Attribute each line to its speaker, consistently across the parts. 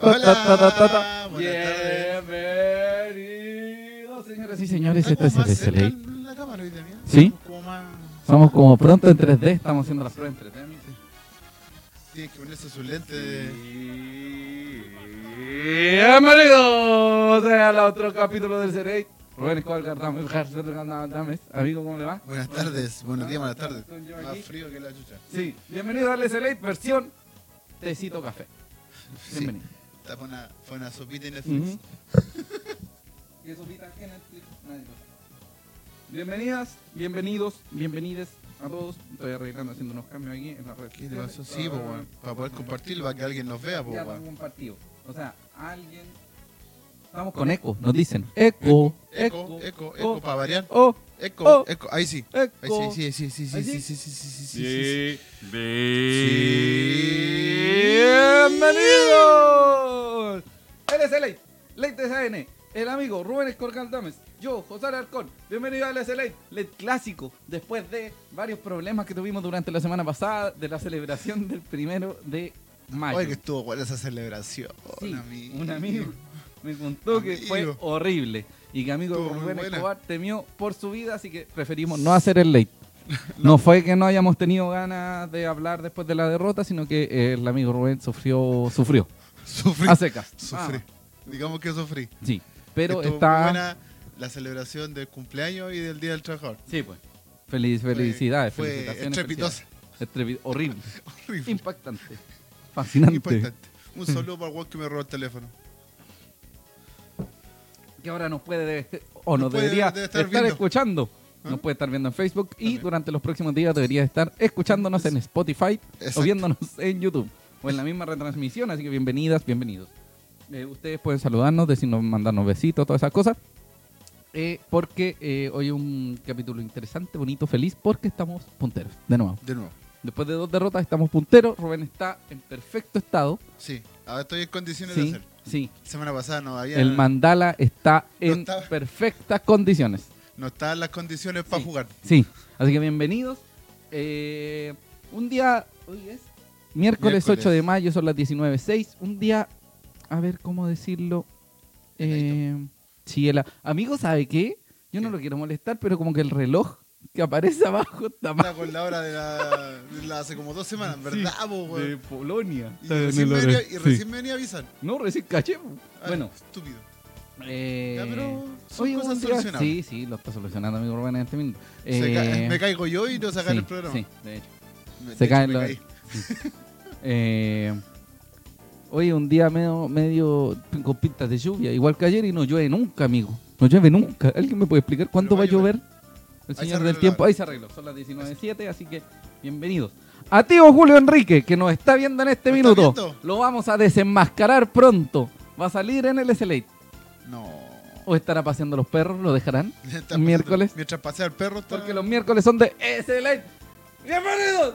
Speaker 1: Hola, buenas tardes.
Speaker 2: Bienvenidos, señoras y señores. Esto
Speaker 1: Está
Speaker 2: es
Speaker 1: como más cerca
Speaker 2: el
Speaker 1: la cámara hoy día, mira.
Speaker 2: ¿Sí?
Speaker 1: Como más-
Speaker 2: Somos como pronto en 3D, estamos haciendo las pruebas en 3D. ¿sí?
Speaker 1: Tienes que ponerse sus lentes. de-
Speaker 2: Bienvenidos al otro capítulo del Cerey. Rubén Escobar Cardames, Cardames. Amigo, ¿cómo le va?
Speaker 1: Buenas tardes, buenos días, buenas tardes.
Speaker 2: Estoy yo
Speaker 1: Más
Speaker 2: aquí.
Speaker 1: frío que la chucha.
Speaker 2: Sí, bienvenido al Cerey, versión tecito café.
Speaker 1: Sí,
Speaker 2: Bienvenido.
Speaker 1: esta fue una, fue una sopita en Netflix.
Speaker 2: Ujú. Y eso pita que Netflix, nadie lo sabe. Bienvenidas, bienvenidos, bienvenides a todos. Estoy arreglando, haciendo unos cambios aquí en la red.
Speaker 1: ¿Qué te pasó? Sí, po,
Speaker 2: pues
Speaker 1: weón. Para poder compartirlo, para que alguien nos vea, po,
Speaker 2: Ya
Speaker 1: weón.
Speaker 2: tengo un partido. O sea, alguien. Estamos con eco, nos dicen. Eco,
Speaker 1: Eco, eco, eco, para variar.
Speaker 2: Oh,
Speaker 1: Eco,
Speaker 2: Oh.
Speaker 1: eco, ahí sí. Ahí
Speaker 2: eco.
Speaker 1: sí, sí, sí, sí, sí,
Speaker 2: ¿Ahí
Speaker 1: sí,
Speaker 2: sí?
Speaker 1: sí, sí, sí, sí, sí, sí.
Speaker 2: Bienvenidos. LSLA, Late SN, el amigo Rubén Escorcal Dames, yo, José Alarcón. Bienvenido a LSLA, Late Clásico. Después de varios problemas que tuvimos durante la semana pasada de la celebración del primero de mayo.
Speaker 1: Oye, que estuvo buena esa celebración.
Speaker 2: Sí,
Speaker 1: amigo.
Speaker 2: un amigo me contó que fue
Speaker 1: Amigo.
Speaker 2: horrible y que amigo
Speaker 1: Estuvo muy
Speaker 2: Rubén
Speaker 1: buena.
Speaker 2: Escobar temió por su vida, así que preferimos no hacer el late. No. fue que no hayamos tenido ganas de hablar después de la derrota, sino que eh, el amigo Rubén sufrió, sufrió
Speaker 1: Sufrí.
Speaker 2: a secas.
Speaker 1: Sufrí.
Speaker 2: Ah,
Speaker 1: Digamos que sufrí.
Speaker 2: sí, pero
Speaker 1: Estuvo muy
Speaker 2: está
Speaker 1: buena la celebración del cumpleaños y del Día del Trabajador.
Speaker 2: sí pues. Feliz,
Speaker 1: Fue-
Speaker 2: felicidades,
Speaker 1: Fue
Speaker 2: felicitaciones.
Speaker 1: estrepitosa.
Speaker 2: felicidades. Estrepi- horrible,
Speaker 1: Horrible.
Speaker 2: impactante, fascinante.
Speaker 1: Impactante. Un saludo para el weón que me robó el teléfono.
Speaker 2: que ahora nos puede debe- o nos
Speaker 1: Nos puede-
Speaker 2: debería
Speaker 1: debe estar
Speaker 2: estar,
Speaker 1: viendo.
Speaker 2: escuchando.
Speaker 1: ¿Ah?
Speaker 2: Nos puede estar viendo en Facebook y
Speaker 1: También.
Speaker 2: durante los próximos días debería estar escuchándonos en Spotify
Speaker 1: Exacto.
Speaker 2: o viéndonos en YouTube o en la misma retransmisión. Así que bienvenidas, bienvenidos. Eh, ustedes pueden saludarnos, decirnos, mandarnos besitos, todas esas cosas. Eh, porque eh, hoy un capítulo interesante, bonito, feliz, porque estamos punteros. De nuevo,
Speaker 1: De nuevo.
Speaker 2: después de dos derrotas estamos punteros. Rubén está en perfecto estado.
Speaker 1: Sí. Ahora estoy en condiciones
Speaker 2: Sí,
Speaker 1: de hacer.
Speaker 2: sí.
Speaker 1: Semana pasada no había.
Speaker 2: El mandala está
Speaker 1: No
Speaker 2: en
Speaker 1: estaba.
Speaker 2: perfectas condiciones.
Speaker 1: No estaban las condiciones para
Speaker 2: Sí.
Speaker 1: jugar.
Speaker 2: Sí, así que bienvenidos. Eh, un día, hoy es miércoles,
Speaker 1: Miércoles.
Speaker 2: 8 de mayo, son las 19.06. Un día, a ver cómo decirlo. Eh, sí, el a- amigo, ¿sabe qué? Yo no
Speaker 1: ¿Qué?
Speaker 2: lo quiero molestar, pero como que el reloj que aparece abajo está más
Speaker 1: Está con la hora de la, de la hace como dos semanas, ¿verdad, po,
Speaker 2: de
Speaker 1: weón?
Speaker 2: Polonia.
Speaker 1: Y
Speaker 2: Está en
Speaker 1: recién,
Speaker 2: el
Speaker 1: me venía,
Speaker 2: horario.
Speaker 1: y
Speaker 2: Sí.
Speaker 1: recién me venía a avisar.
Speaker 2: No, recién caché. po.
Speaker 1: Ah,
Speaker 2: Bueno,
Speaker 1: Estúpido.
Speaker 2: eh,
Speaker 1: Ya, pero son
Speaker 2: oye,
Speaker 1: cosas
Speaker 2: un día-
Speaker 1: solucionables.
Speaker 2: Sí, sí, lo está solucionando amigo Rubén en este minuto.
Speaker 1: Se ca-
Speaker 2: Eh,
Speaker 1: me caigo yo y no sacan
Speaker 2: sí,
Speaker 1: el programa.
Speaker 2: Sí, de hecho.
Speaker 1: Me- de
Speaker 2: Se
Speaker 1: hecho,
Speaker 2: caen
Speaker 1: me
Speaker 2: los-
Speaker 1: caí.
Speaker 2: Eh, oye, un día medio, medio con pintas de lluvia, igual que ayer, y no llueve nunca, amigo. No llueve nunca. ¿Alguien me puede explicar cuándo
Speaker 1: Pero
Speaker 2: va
Speaker 1: va
Speaker 2: a
Speaker 1: a llover.
Speaker 2: llover? El
Speaker 1: se
Speaker 2: señor
Speaker 1: arregló
Speaker 2: del
Speaker 1: la
Speaker 2: tiempo.
Speaker 1: hora.
Speaker 2: Ahí se arregló. Son las 19.07, así que bienvenidos. A tío Julio Enrique, que nos está viendo en este
Speaker 1: ¿Lo está
Speaker 2: minuto.
Speaker 1: viendo?
Speaker 2: Lo vamos a desenmascarar pronto. Va a salir en el SLA.
Speaker 1: No.
Speaker 2: O estará paseando los perros, lo dejarán.
Speaker 1: Está pasando-
Speaker 2: miércoles.
Speaker 1: Mientras pasea el perro, está-
Speaker 2: Porque los miércoles son de SLA. ¡Bienvenidos!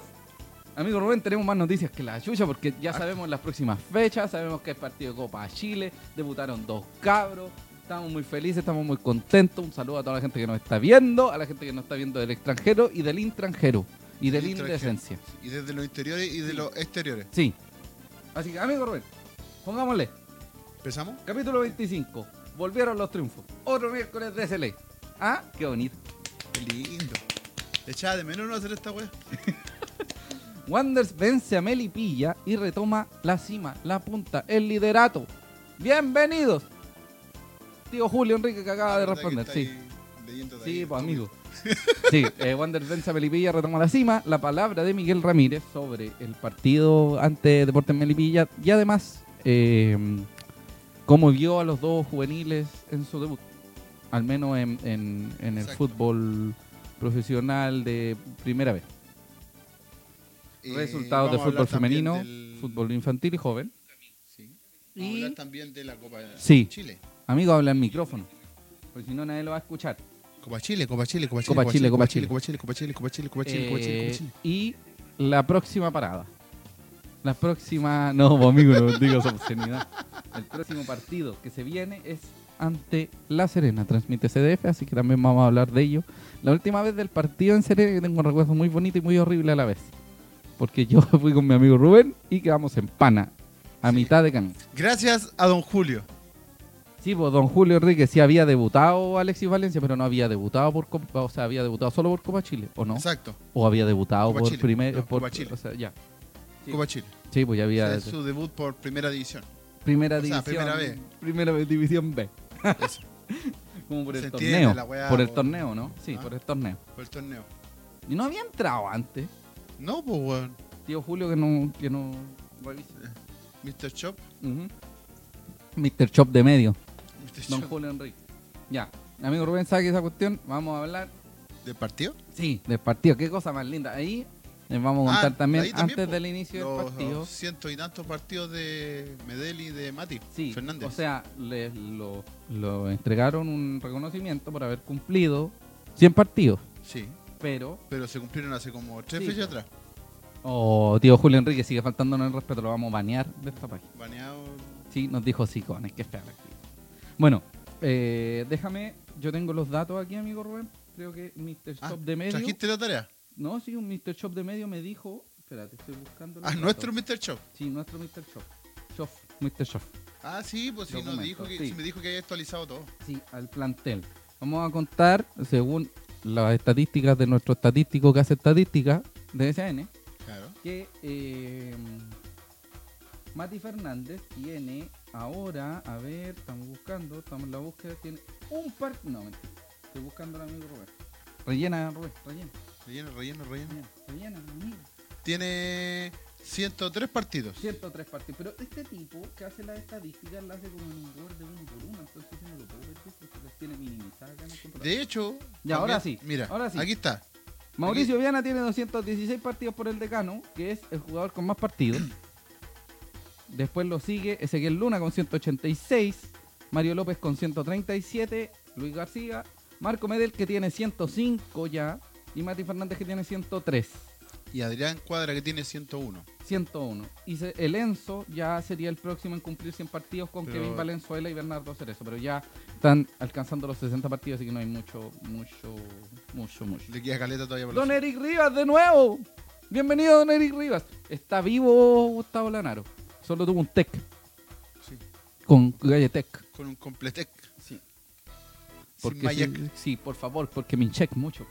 Speaker 2: Ah. Amigo Rubén, tenemos más noticias que la chucha porque ya sabemos las próximas fechas, sabemos que hay partido de Copa Chile, debutaron dos cabros, estamos muy felices, estamos muy contentos. Un saludo a toda la gente que nos está viendo, a la gente que nos está viendo del extranjero y del intranjero y del
Speaker 1: Del extranjero.
Speaker 2: indecencia.
Speaker 1: Y desde los interiores y de los exteriores.
Speaker 2: Sí. Así que, amigo Rubén, pongámosle,
Speaker 1: ¿Empezamos?
Speaker 2: capítulo 25, volvieron los triunfos, otro miércoles de SLA. Ah, qué bonito.
Speaker 1: Qué lindo. Te echaba de menos no hacer esta weá.
Speaker 2: Wanders vence a Melipilla y retoma la cima, la punta, el liderato. ¡Bienvenidos! Tío Julio Enrique que
Speaker 1: Ah,
Speaker 2: acaba Ah, de responder, sí. Sí, pues amigo. Sí, eh, Wander vence a Melipilla, retoma la cima. La palabra de Miguel Ramírez sobre el partido ante Deportes Melipilla y además eh, cómo vio a los dos juveniles en su debut, al menos en, en- en el
Speaker 1: Exacto.
Speaker 2: fútbol profesional de primera vez. Resultados de fútbol femenino, fútbol infantil y joven.
Speaker 1: Sí. Vamos a
Speaker 2: Y-
Speaker 1: hablar también de la Copa
Speaker 2: Sí.
Speaker 1: Chile.
Speaker 2: Amigo, habla en micrófono. Porque si no, nadie lo va a escuchar.
Speaker 1: Copa Chile, Copa Chile, Copa Chile,
Speaker 2: Copa Chile, Copa Chile.
Speaker 1: Copa Chile, Copa Chile, Copa Chile, Copa Chile, Copa Chile,
Speaker 2: Eh,
Speaker 1: Copa Chile.
Speaker 2: Y la próxima parada. La próxima. No, pues, amigo, no digas obscenidad. El próximo partido que se viene es ante La Serena. Transmite CDF, así que también vamos a hablar de ello. La última vez del partido en Serena, que tengo un recuerdo muy bonito y muy horrible a la vez. Porque yo fui con mi amigo Rubén y quedamos en pana. a mitad de camino.
Speaker 1: Gracias a don Julio.
Speaker 2: Sí, pues don Julio Enrique sí había debutado Alexis Valencia, pero no había debutado por Copa, o sea, había debutado solo por Copa Chile, ¿o no?
Speaker 1: Exacto.
Speaker 2: O había debutado
Speaker 1: Copa
Speaker 2: por
Speaker 1: Chile,
Speaker 2: primer
Speaker 1: no,
Speaker 2: por-
Speaker 1: Copa Chile.
Speaker 2: o sea, ya. Sí.
Speaker 1: Copa Chile.
Speaker 2: Sí, pues ya
Speaker 1: O
Speaker 2: había
Speaker 1: sea, es su debut por primera división.
Speaker 2: primera
Speaker 1: o sea,
Speaker 2: división.
Speaker 1: primera B.
Speaker 2: primera B, división B.
Speaker 1: Eso,
Speaker 2: Como por el
Speaker 1: Se entiende
Speaker 2: torneo.
Speaker 1: la weá,
Speaker 2: por el
Speaker 1: po.
Speaker 2: torneo, ¿no? Sí,
Speaker 1: Ah.
Speaker 2: por el torneo.
Speaker 1: por el torneo.
Speaker 2: Y no había entrado antes.
Speaker 1: No, pues, weón.
Speaker 2: Tío Julio que no, que no revisa.
Speaker 1: Mr. Chop.
Speaker 2: Ujú. Mr. Chop de medio.
Speaker 1: Mr.
Speaker 2: Don
Speaker 1: Chop.
Speaker 2: Julio Enrique. Ya. Amigo Rubén, saque esa cuestión. Vamos a hablar.
Speaker 1: ¿Del partido?
Speaker 2: Sí, del partido. Qué cosa más linda. Ahí les vamos a contar
Speaker 1: Ah, ahí
Speaker 2: también, antes
Speaker 1: po.
Speaker 2: del inicio
Speaker 1: Los-
Speaker 2: del partido.
Speaker 1: Los ciento y tantos partidos de Medellín y de Mati
Speaker 2: Sí,
Speaker 1: Fernández.
Speaker 2: o sea, les lo, lo entregaron un reconocimiento por haber cumplido 100 partidos.
Speaker 1: sí,
Speaker 2: Pero,
Speaker 1: pero se cumplieron hace como tres
Speaker 2: Sí,
Speaker 1: fechas
Speaker 2: po.
Speaker 1: atrás.
Speaker 2: oh, tío Julio Enrique, sigue faltándonos el respeto, lo vamos a banear de esta página.
Speaker 1: Baneado.
Speaker 2: Sí, nos dijo Sicones, qué fea la actitud. Bueno, eh, déjame, yo tengo los datos aquí, amigo Rubén. Creo que Mr.
Speaker 1: Ah,
Speaker 2: Shop de medio.
Speaker 1: ¿Trajiste la tarea?
Speaker 2: No, sí, un Mr. Shop de medio me dijo. Espérate, estoy buscando. los
Speaker 1: Ah,
Speaker 2: datos.
Speaker 1: nuestro Mr. Chop.
Speaker 2: Sí, nuestro Mr. Shop. Shop, Mr. Shop.
Speaker 1: Ah, sí, pues sí, nos
Speaker 2: Documento,
Speaker 1: dijo que,
Speaker 2: sí.
Speaker 1: sí me dijo que había actualizado todo.
Speaker 2: Sí, al plantel. Vamos a contar, según las estadísticas de nuestro estadístico que hace estadística de SN,
Speaker 1: Claro.
Speaker 2: que eh, Mati Fernández tiene ahora, a ver, estamos buscando, estamos en la búsqueda, tiene un par... No, mentira, estoy buscando al amigo Rubén. Rellena, Rubén, rellena,
Speaker 1: Relleno, relleno, relleno.
Speaker 2: rellena, rellena, mi amigo.
Speaker 1: Tiene 103 partidos.
Speaker 2: 103 partidos, pero este tipo que hace las estadísticas las hace como en un Word de uno por uno, entonces yo no lo puedo ver, pues, porque las tiene minimizadas acá en el computador.
Speaker 1: De hecho,
Speaker 2: Ya, ahora sí,
Speaker 1: Mira,
Speaker 2: ahora sí.
Speaker 1: aquí está.
Speaker 2: Mauricio Viana tiene 216 partidos por el decano, que es el jugador con más partidos. Después lo sigue Ezequiel Luna con 186, Mario López con 137, Luis García, Marco Medel que tiene 105 ya y Mati Fernández que tiene 103,
Speaker 1: Y Adrián Cuadra que tiene 101.
Speaker 2: 101. Y se- el Enzo ya sería el próximo en cumplir 100 partidos con
Speaker 1: Pero-
Speaker 2: Kevin Valenzuela y Bernardo Cerezo, pero ya están alcanzando los 60 partidos, así que no hay mucho, mucho, mucho, mucho.
Speaker 1: Le queda caleta todavía por la
Speaker 2: Don Eric Rivas, de nuevo. Bienvenido, Don Eric Rivas. Está vivo Gustavo Lanaro. Solo tuvo un tech
Speaker 1: Sí,
Speaker 2: con Galletec.
Speaker 1: con un completec.
Speaker 2: Sí.
Speaker 1: Sin
Speaker 2: Porque
Speaker 1: Mayak,
Speaker 2: sí, sí, por favor, porque me inchec mucho.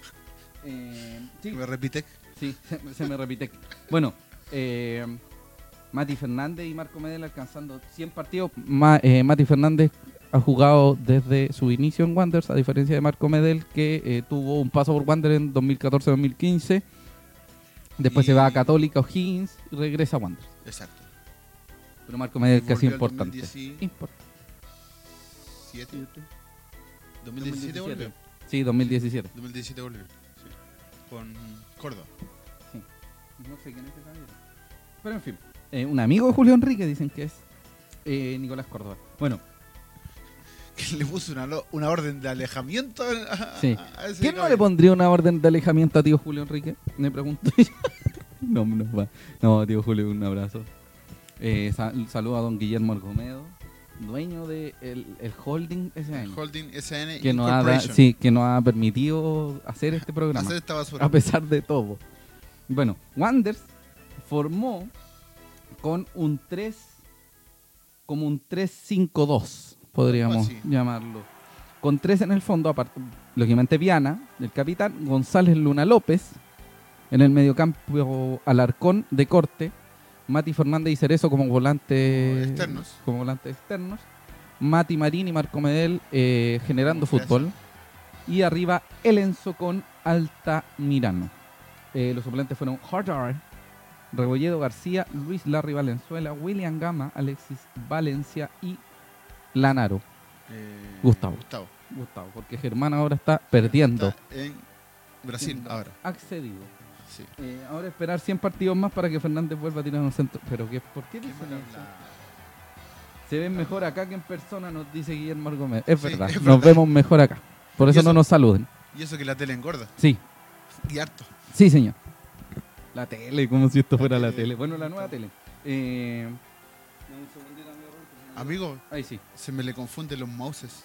Speaker 2: Eh, sí,
Speaker 1: me repite.
Speaker 2: sí, se me repite. Bueno, eh, Mati Fernández y Marco Medel alcanzando 100 partidos. Ma- eh, Mati Fernández ha jugado desde su inicio en Wanderers, a diferencia de Marco Medel, que eh, tuvo un paso por Wanderers en 2014-2015. Después se va a
Speaker 1: Y-
Speaker 2: Católica O'Higgins y regresa a Wanderers.
Speaker 1: Exacto.
Speaker 2: Pero Marco Medel
Speaker 1: Y
Speaker 2: casi
Speaker 1: volvió al
Speaker 2: importante.
Speaker 1: 2017.
Speaker 2: Importante.
Speaker 1: 7. 2017 volvió.
Speaker 2: Sí, 2017.
Speaker 1: 2017 volvió. Sí. Con Córdoba.
Speaker 2: No sé quién es ese caballero. Pero en fin, eh, un amigo de Julio Enrique dicen que es eh, Nicolás Córdoba. Bueno,
Speaker 1: Que le puso una, lo- una orden de alejamiento a, a-
Speaker 2: Sí.
Speaker 1: a ese
Speaker 2: ¿Quién no le
Speaker 1: caballero.
Speaker 2: pondría una orden de alejamiento a tío Julio Enrique? Me pregunto yo. No, no, va. no, tío Julio, un abrazo. Eh, sal- saludo a don Guillermo Argomedo, dueño del de el, el holding ese año.
Speaker 1: Holding SN
Speaker 2: Que nos, ha, da-
Speaker 1: Incorporation.
Speaker 2: sí, que nos ha permitido hacer este programa.
Speaker 1: Hacer esta basura.
Speaker 2: a pesar de todo. Bueno, Wanders formó con un 3, como un 3-5-2, podríamos
Speaker 1: Algo así.
Speaker 2: llamarlo. Con 3 en el fondo, aparte, lógicamente Viana, el capitán, González Luna López, en el mediocampo Alarcón de corte, Mati Fernández y Cerezo como volante
Speaker 1: Como externos.
Speaker 2: Como volantes externos. Mati Marín y Marco Medel eh, generando
Speaker 1: Como tres.
Speaker 2: fútbol. Y arriba El Enzo con Altamirano. Eh, los suplentes fueron Hardar, Rebolledo García, Luis Larry Valenzuela, William Gama, Alexis Valencia y Lanaro.
Speaker 1: Eh,
Speaker 2: Gustavo.
Speaker 1: Gustavo.
Speaker 2: Gustavo, porque Germán ahora está perdiendo.
Speaker 1: Está en Brasil
Speaker 2: Siendo
Speaker 1: ahora.
Speaker 2: Accedido.
Speaker 1: Sí.
Speaker 2: Eh, ahora esperar 100 partidos más para que Fernández vuelva a tirar un centro. Pero que, ¿por qué
Speaker 1: Qué
Speaker 2: dicen
Speaker 1: mala
Speaker 2: eso?
Speaker 1: habla.
Speaker 2: Se ven mejor acá que en persona, nos dice Guillermo Argomé. Es
Speaker 1: Sí,
Speaker 2: verdad,
Speaker 1: es
Speaker 2: nos
Speaker 1: verdad.
Speaker 2: vemos mejor acá. Por
Speaker 1: Y
Speaker 2: eso, no
Speaker 1: eso-
Speaker 2: nos saluden.
Speaker 1: Y eso que la tele engorda.
Speaker 2: Sí,
Speaker 1: Y harto.
Speaker 2: sí, señor. La tele, como si esto fuera la
Speaker 1: tele.
Speaker 2: tele. Bueno, la nueva tele. Eh,
Speaker 1: Amigo,
Speaker 2: Ahí sí.
Speaker 1: se me le confunden los mouses.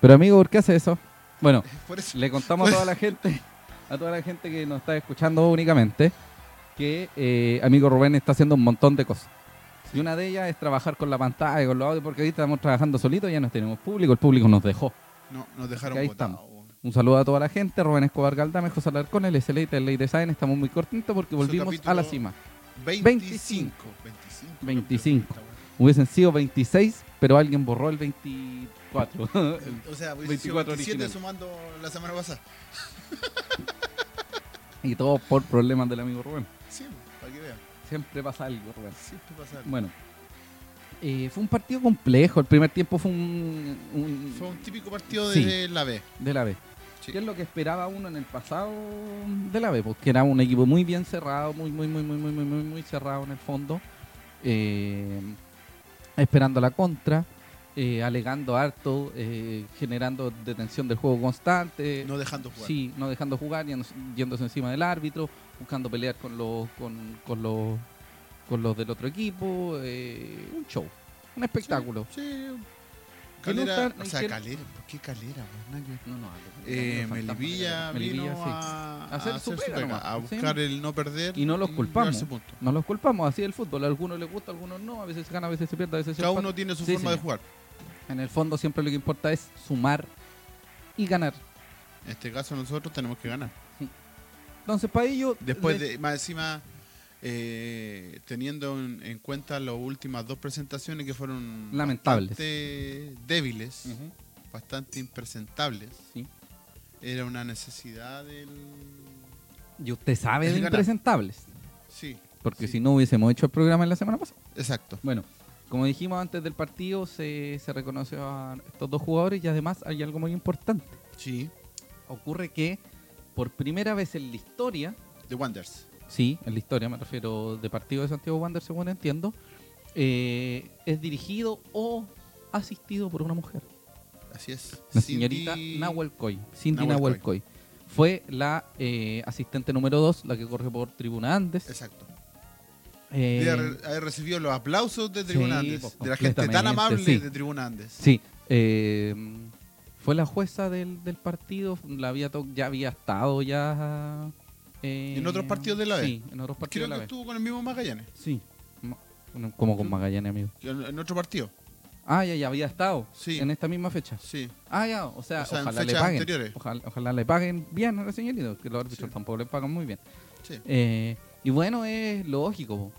Speaker 2: Pero amigo, ¿por qué hace eso? Bueno,
Speaker 1: Por eso.
Speaker 2: le contamos a toda la gente, a toda la gente que nos está escuchando únicamente, que eh, amigo Rubén está haciendo un montón de cosas. Y una de ellas es trabajar con la pantalla, con los audios, porque ahorita estamos trabajando solitos, ya no tenemos público, el público nos dejó.
Speaker 1: No, nos dejaron
Speaker 2: Que ahí
Speaker 1: botados,
Speaker 2: estamos.
Speaker 1: weón.
Speaker 2: Un saludo a toda la gente, Rubén Escobar Galdame, José Alarcón, el SLA y Ley Design, estamos muy cortitos porque
Speaker 1: Su
Speaker 2: volvimos a la
Speaker 1: capítulo-
Speaker 2: cima.
Speaker 1: 25. 25.
Speaker 2: 25. Hubiesen sido 26, pero alguien borró el 24.
Speaker 1: O sea,
Speaker 2: 24
Speaker 1: 24 27
Speaker 2: original.
Speaker 1: sumando la semana pasada.
Speaker 2: y todo por problemas del amigo Rubén.
Speaker 1: Sí, para que vean.
Speaker 2: Siempre pasa algo, Rubén.
Speaker 1: Siempre pasa algo.
Speaker 2: Bueno, eh, fue un partido complejo. El primer tiempo fue un, un-
Speaker 1: Fue un típico partido
Speaker 2: Sí.
Speaker 1: de la B.
Speaker 2: de la B.
Speaker 1: Sí.
Speaker 2: ¿Qué es lo que esperaba uno en el pasado de la B? Porque era un equipo muy bien cerrado, muy, muy, muy, muy, muy, muy, muy, muy cerrado en el fondo. eh, esperando la contra, eh, alegando harto, eh, generando detención del juego constante.
Speaker 1: No dejando jugar.
Speaker 2: Sí, no dejando jugar, yéndose, yéndose encima del árbitro, buscando pelear con los, con, con los, con los del otro equipo. eh, un show, un espectáculo.
Speaker 1: Sí.
Speaker 2: Que no
Speaker 1: Calera.
Speaker 2: están-
Speaker 1: O sea,
Speaker 2: que-
Speaker 1: calera. ¿Por qué calera? weón? Nada que ver.
Speaker 2: No, no,
Speaker 1: Eh,
Speaker 2: los fantasmas
Speaker 1: Melipilla
Speaker 2: de la- Melipilla,
Speaker 1: vino
Speaker 2: sí.
Speaker 1: a,
Speaker 2: A hacer su pega nomás,
Speaker 1: a
Speaker 2: sí.
Speaker 1: buscar el no perder
Speaker 2: Y no los culpamos.
Speaker 1: llevarse puntos.
Speaker 2: No los culpamos, así es el fútbol. A algunos les gusta, a algunos no. A veces se gana, a veces se pierde, a veces se
Speaker 1: Cada
Speaker 2: empata.
Speaker 1: uno tiene su
Speaker 2: Sí,
Speaker 1: forma de
Speaker 2: señor.
Speaker 1: jugar.
Speaker 2: En el fondo siempre lo que importa es sumar y ganar.
Speaker 1: En este caso nosotros tenemos que ganar.
Speaker 2: Entonces, para ello...
Speaker 1: Después
Speaker 2: les-
Speaker 1: de, más encima, eh, teniendo en, en cuenta las últimas dos presentaciones que fueron
Speaker 2: Lamentables.
Speaker 1: bastante débiles,
Speaker 2: Ujú,
Speaker 1: bastante impresentables,
Speaker 2: sí.
Speaker 1: era una necesidad del...
Speaker 2: Y usted sabe
Speaker 1: Es
Speaker 2: de
Speaker 1: ganar.
Speaker 2: impresentables.
Speaker 1: Sí,
Speaker 2: Porque
Speaker 1: Sí.
Speaker 2: si no hubiésemos hecho el programa en la semana pasada.
Speaker 1: exacto.
Speaker 2: Bueno, como dijimos antes del partido, se, se reconoció a estos dos jugadores y además hay algo muy importante.
Speaker 1: Sí,
Speaker 2: Ocurre que por primera vez en la historia,
Speaker 1: The Wonders.
Speaker 2: sí, en la historia me refiero de partido de Santiago Wander, según entiendo, eh, es dirigido o asistido por una mujer.
Speaker 1: Así es.
Speaker 2: La
Speaker 1: Cindy-
Speaker 2: señorita Nahuel Coy, Cindy
Speaker 1: Nahuel
Speaker 2: Nahuel Coy. Fue la eh, asistente número 2, la que corre por Tribuna Andes.
Speaker 1: Exacto.
Speaker 2: Eh,
Speaker 1: Debe haber- haber recibido los aplausos de Tribuna
Speaker 2: sí,
Speaker 1: Andes,
Speaker 2: pues,
Speaker 1: de la gente tan
Speaker 2: completamente,
Speaker 1: amable
Speaker 2: sí.
Speaker 1: de Tribuna Andes.
Speaker 2: Sí, eh, fue la jueza del, del partido, la había to- ya había estado ya... eh,
Speaker 1: ¿En otros partidos de la B?
Speaker 2: Sí, en otros
Speaker 1: Creo
Speaker 2: partidos de
Speaker 1: que
Speaker 2: la B.
Speaker 1: estuvo con el mismo Magallanes,
Speaker 2: Sí, Ma- bueno, como con Magallanes, amigo.
Speaker 1: en en otro partido.
Speaker 2: Ah, ya, ya había estado
Speaker 1: Sí.
Speaker 2: en esta misma fecha.
Speaker 1: Sí,
Speaker 2: Ah, ya, o sea,
Speaker 1: O sea, en
Speaker 2: ojalá le
Speaker 1: fechas
Speaker 2: paguen.
Speaker 1: anteriores.
Speaker 2: Ojalá, ojalá le paguen bien a la señorita, que los árbitros
Speaker 1: Sí.
Speaker 2: tampoco le pagan muy bien.
Speaker 1: sí.
Speaker 2: Eh, y bueno, es lógico. po.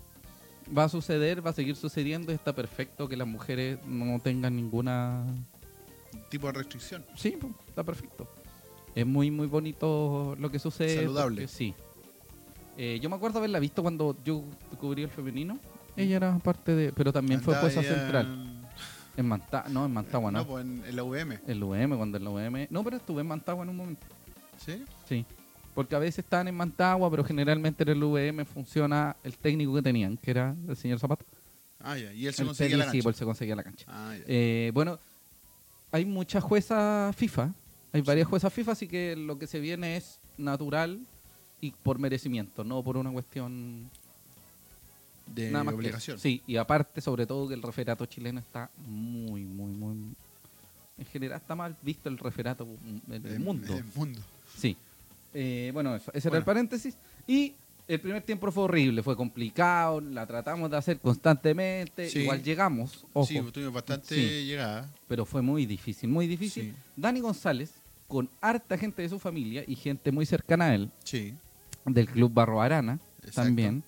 Speaker 2: Va a suceder, va a seguir sucediendo. Está perfecto que las mujeres no tengan ninguna.
Speaker 1: Tipo de restricción.
Speaker 2: Sí, po, está perfecto. Es muy, muy bonito lo que sucede.
Speaker 1: Saludable.
Speaker 2: porque sí. Eh, yo me acuerdo haberla visto cuando yo cubrí el femenino. Ella era parte de. Pero también fue
Speaker 1: Andaba
Speaker 2: jueza
Speaker 1: Mm. ella
Speaker 2: central.
Speaker 1: en-
Speaker 2: En Mantagua. No, en Mantagua, no.
Speaker 1: No, pues en, en la UM.
Speaker 2: En la UM, cuando en la UM. No, pero estuve en Mantagua en un momento.
Speaker 1: ¿Sí?
Speaker 2: Sí. Porque a veces estaban en Mantagua, pero generalmente en el UVM funciona el técnico que tenían, que era el señor Zapata.
Speaker 1: Ah, ya. Y él se
Speaker 2: El
Speaker 1: conseguía la
Speaker 2: Peri, sí,
Speaker 1: cancha.
Speaker 2: pues, se conseguía la cancha.
Speaker 1: Ah, ya.
Speaker 2: Eh, bueno, hay muchas juezas FIFA. Hay varias juezas FIFA, así que lo que se viene es natural y por merecimiento, no por una cuestión
Speaker 1: de
Speaker 2: nada más que eso.
Speaker 1: obligación.
Speaker 2: Sí, y aparte, sobre todo, que el referato chileno está muy, muy, muy... En general está mal visto el referato mm, en el
Speaker 1: Del-
Speaker 2: mundo.
Speaker 1: del mundo.
Speaker 2: Sí. Eh, bueno, eso, ese era
Speaker 1: Bueno.
Speaker 2: el paréntesis. Y el primer tiempo fue horrible, fue complicado, la tratamos de hacer constantemente.
Speaker 1: Sí.
Speaker 2: Igual llegamos, ojo,
Speaker 1: Sí, tuvimos bastante
Speaker 2: Sí.
Speaker 1: llegada.
Speaker 2: pero fue muy difícil, muy difícil.
Speaker 1: Sí.
Speaker 2: Dani González, con harta gente de su familia y gente muy cercana a él,
Speaker 1: Sí.
Speaker 2: del Club Barro Arana,
Speaker 1: Exacto.
Speaker 2: también.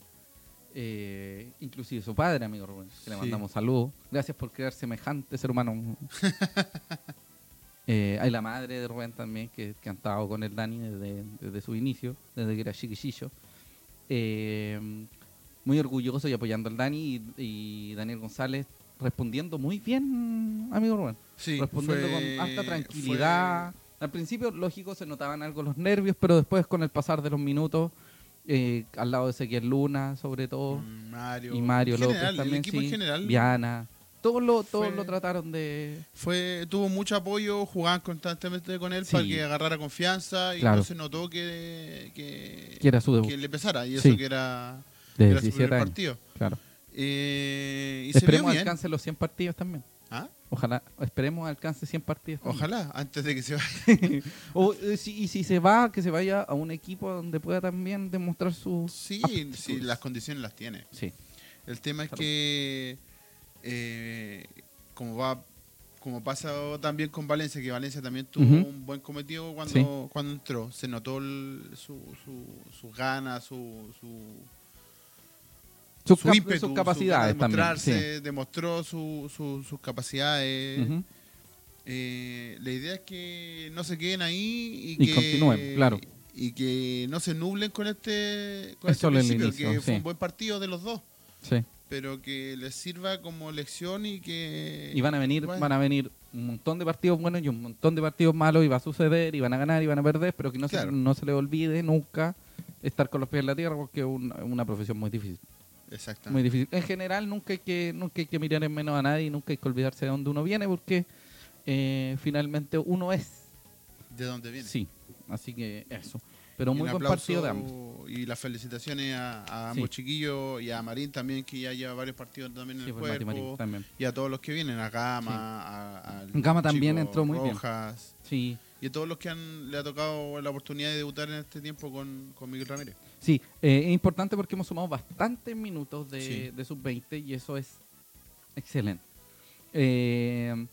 Speaker 2: eh, inclusive su padre, amigo Rubén, que le
Speaker 1: Sí.
Speaker 2: mandamos saludos. Gracias por crear semejante ser humano. Eh, hay la madre de Rubén también, que, que ha estado con el Dani desde, desde su inicio, desde que era chiquillo. Eh, muy orgulloso y apoyando al Dani y, y Daniel González respondiendo muy bien, amigo Rubén.
Speaker 1: Sí,
Speaker 2: respondiendo
Speaker 1: fue-
Speaker 2: con harta tranquilidad. Al principio, lógico, se notaban algo los nervios, pero después con el pasar de los minutos, eh, al lado de Ezequiel Luna, sobre
Speaker 1: fue-
Speaker 2: todo,
Speaker 1: Mm, Mario.
Speaker 2: y Mario
Speaker 1: En general,
Speaker 2: López también,
Speaker 1: El equipo
Speaker 2: sí,
Speaker 1: en general
Speaker 2: Viana, todos lo, todos
Speaker 1: fue-
Speaker 2: lo trataron de...
Speaker 1: fue, tuvo mucho apoyo, jugaban constantemente con él para
Speaker 2: Sí.
Speaker 1: que agarrara confianza y
Speaker 2: Claro.
Speaker 1: no se notó que, que,
Speaker 2: Que era su debut.
Speaker 1: que le pesara. Y eso
Speaker 2: Sí.
Speaker 1: que era,
Speaker 2: De
Speaker 1: era su
Speaker 2: 17
Speaker 1: primer
Speaker 2: años,
Speaker 1: partido.
Speaker 2: claro.
Speaker 1: Eh, y se vio
Speaker 2: Esperemos
Speaker 1: bien.
Speaker 2: alcance los 100 partidos también.
Speaker 1: ¿Ah?
Speaker 2: Ojalá, esperemos alcance 100 partidos. también.
Speaker 1: Ojalá, antes de que se vaya.
Speaker 2: O, eh, si- y si se va, que se vaya a un equipo donde pueda también demostrar sus
Speaker 1: Sí,
Speaker 2: aptitudes.
Speaker 1: sí, las condiciones las tiene.
Speaker 2: Sí,
Speaker 1: El tema es
Speaker 2: Salud.
Speaker 1: que, eh, como va como pasó también con Valencia, que Valencia también tuvo
Speaker 2: Ujú.
Speaker 1: un buen cometido cuando,
Speaker 2: Sí.
Speaker 1: cuando entró. Se notó el- su, su, su gana, su, su,
Speaker 2: Sus,
Speaker 1: su
Speaker 2: cap-
Speaker 1: ímpetu,
Speaker 2: sus
Speaker 1: su
Speaker 2: capacidades
Speaker 1: ganas de
Speaker 2: también. sí.
Speaker 1: mostrarse, Demostró su- su- sus capacidades.
Speaker 2: Ujú.
Speaker 1: Eh, la idea es que no se queden ahí y,
Speaker 2: Y
Speaker 1: que
Speaker 2: continúen, claro.
Speaker 1: Y que no se nublen con este, con
Speaker 2: Es
Speaker 1: este
Speaker 2: solo el
Speaker 1: principio,
Speaker 2: inicio,
Speaker 1: que fue
Speaker 2: sí.
Speaker 1: un buen partido de los dos,
Speaker 2: Sí.
Speaker 1: pero que les sirva como lección y que
Speaker 2: Y van a venir,
Speaker 1: bueno,
Speaker 2: van a venir un montón de partidos buenos y un montón de partidos malos y va a suceder y van a ganar y van a perder, pero que no
Speaker 1: Claro.
Speaker 2: se no se les olvide nunca estar con los pies en la tierra porque es una, una profesión muy difícil,
Speaker 1: exactamente.
Speaker 2: muy difícil. En general nunca hay que nunca hay que mirar en menos a nadie, y nunca hay que olvidarse de dónde uno viene porque eh, finalmente uno es.
Speaker 1: de dónde viene.
Speaker 2: Sí, así que eso.
Speaker 1: Y
Speaker 2: Pero
Speaker 1: un
Speaker 2: muy buen
Speaker 1: aplauso
Speaker 2: partido de ambos.
Speaker 1: Y las felicitaciones a, a
Speaker 2: Sí.
Speaker 1: ambos chiquillos y a Marín también, que ya lleva varios partidos también en
Speaker 2: Sí,
Speaker 1: el
Speaker 2: por Mati
Speaker 1: cuerpo.
Speaker 2: Marín también.
Speaker 1: Y a todos los que vienen, a Gama, a, al
Speaker 2: Gama también
Speaker 1: chico
Speaker 2: entró muy bien.
Speaker 1: Rojas,
Speaker 2: Sí,
Speaker 1: Y a todos los que han, le ha tocado la oportunidad de debutar en este tiempo con, con Miguel Ramírez.
Speaker 2: Sí, eh, es importante porque hemos sumado bastantes minutos de,
Speaker 1: Sí.
Speaker 2: de sub-20 y eso es excelente. Eh,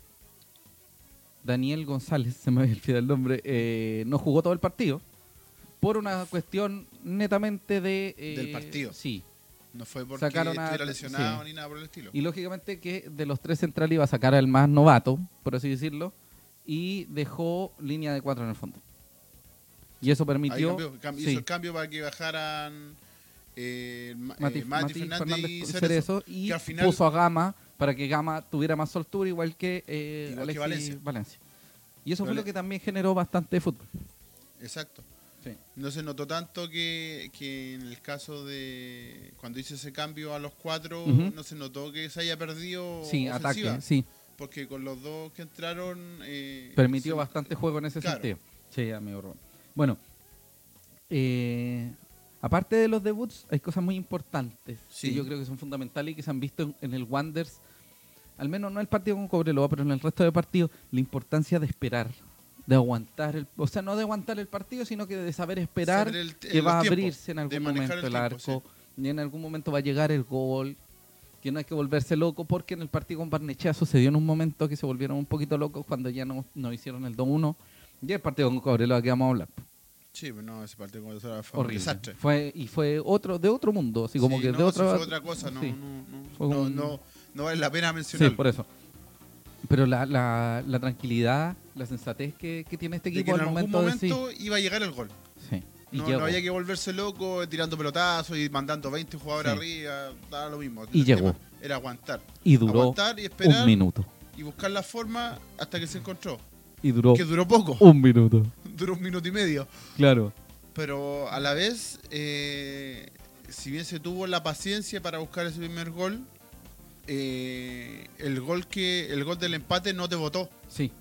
Speaker 2: Daniel González, se me olvidó el nombre, eh, no jugó todo el partido por una cuestión netamente de... eh,
Speaker 1: Del partido.
Speaker 2: Sí,
Speaker 1: No fue porque
Speaker 2: Sacaron a-
Speaker 1: estuviera lesionado
Speaker 2: sí.
Speaker 1: ni nada por el estilo.
Speaker 2: y lógicamente que de los tres centrales iba a sacar al más novato, por así decirlo, y dejó línea de cuatro en el fondo. Y eso
Speaker 1: Ahí
Speaker 2: permitió...
Speaker 1: cambió, cam-
Speaker 2: sí.
Speaker 1: Hizo el cambio para que bajaran eh, Ma-
Speaker 2: Mati,
Speaker 1: eh, Mati,
Speaker 2: Mati
Speaker 1: Fernández, y Cerezo.
Speaker 2: Cerezo, y
Speaker 1: que al final-
Speaker 2: puso a Gama para que Gama tuviera más soltura igual que, eh,
Speaker 1: Igual que
Speaker 2: Alexis Valencia.
Speaker 1: Valencia.
Speaker 2: Y eso fue
Speaker 1: Vale.
Speaker 2: lo que también generó bastante fútbol.
Speaker 1: Exacto.
Speaker 2: Sí.
Speaker 1: No se notó tanto que, que en el caso de cuando hizo ese cambio a los cuatro,
Speaker 2: Ujú.
Speaker 1: no se notó que se haya perdido ofensiva,
Speaker 2: ataque, sí.
Speaker 1: Porque con los dos que entraron... eh,
Speaker 2: Permitió
Speaker 1: se-
Speaker 2: bastante juego en ese
Speaker 1: Claro.
Speaker 2: sentido. Sí, amigo Rubén. Bueno, eh, aparte de los debuts, hay cosas muy importantes
Speaker 1: Sí.
Speaker 2: que yo creo que son fundamentales y que se han visto en, en el Wanders, al menos no el partido con Cobreloa, pero en el resto de partidos, la importancia de esperar, de aguantar, el, o sea, no de aguantar el partido, sino que de saber esperar
Speaker 1: saber el-
Speaker 2: que
Speaker 1: los
Speaker 2: va a
Speaker 1: tiempos,
Speaker 2: abrirse en
Speaker 1: de
Speaker 2: algún
Speaker 1: manejar
Speaker 2: momento el,
Speaker 1: tiempo, sí.
Speaker 2: arco y en algún momento va a llegar el gol que no hay que volverse loco porque en el partido con Barnechea sucedió en un momento que se volvieron un poquito locos cuando ya no, no hicieron el 2-1 y el partido con Cobreloa que vamos a hablar
Speaker 1: Sí, pero no, ese partido con Venezuela fue un
Speaker 2: horrible
Speaker 1: desastre.
Speaker 2: fue y fue otro de otro mundo así como
Speaker 1: Sí,
Speaker 2: que
Speaker 1: no,
Speaker 2: de
Speaker 1: sí
Speaker 2: otra
Speaker 1: fue otra cosa, no,
Speaker 2: sí.
Speaker 1: no, no,
Speaker 2: Fue
Speaker 1: no,
Speaker 2: un-
Speaker 1: no- no vale la pena
Speaker 2: sí
Speaker 1: mencionarlo.
Speaker 2: por este eso pero la, la, la tranquilidad la sensatez que, que tiene este
Speaker 1: De
Speaker 2: equipo
Speaker 1: que en
Speaker 2: al
Speaker 1: algún
Speaker 2: momento,
Speaker 1: momento,
Speaker 2: de sí,
Speaker 1: iba a llegar el gol.
Speaker 2: sí, y
Speaker 1: No,
Speaker 2: llegó
Speaker 1: no había que volverse loco eh, tirando pelotazos y mandando 20 jugadores
Speaker 2: Sí.
Speaker 1: arriba, daba lo mismo.
Speaker 2: Y
Speaker 1: El
Speaker 2: llegó.
Speaker 1: tema Era aguantar.
Speaker 2: y duró
Speaker 1: aguantar y
Speaker 2: un
Speaker 1: esperar
Speaker 2: minuto
Speaker 1: y buscar la forma hasta que se encontró.
Speaker 2: y duró
Speaker 1: Que duró poco,
Speaker 2: un minuto
Speaker 1: duró un minuto y medio.
Speaker 2: claro
Speaker 1: Pero a la vez, eh, si bien se tuvo la paciencia para buscar ese primer gol, eh, el gol que el gol del empate no te votó.
Speaker 2: Sí.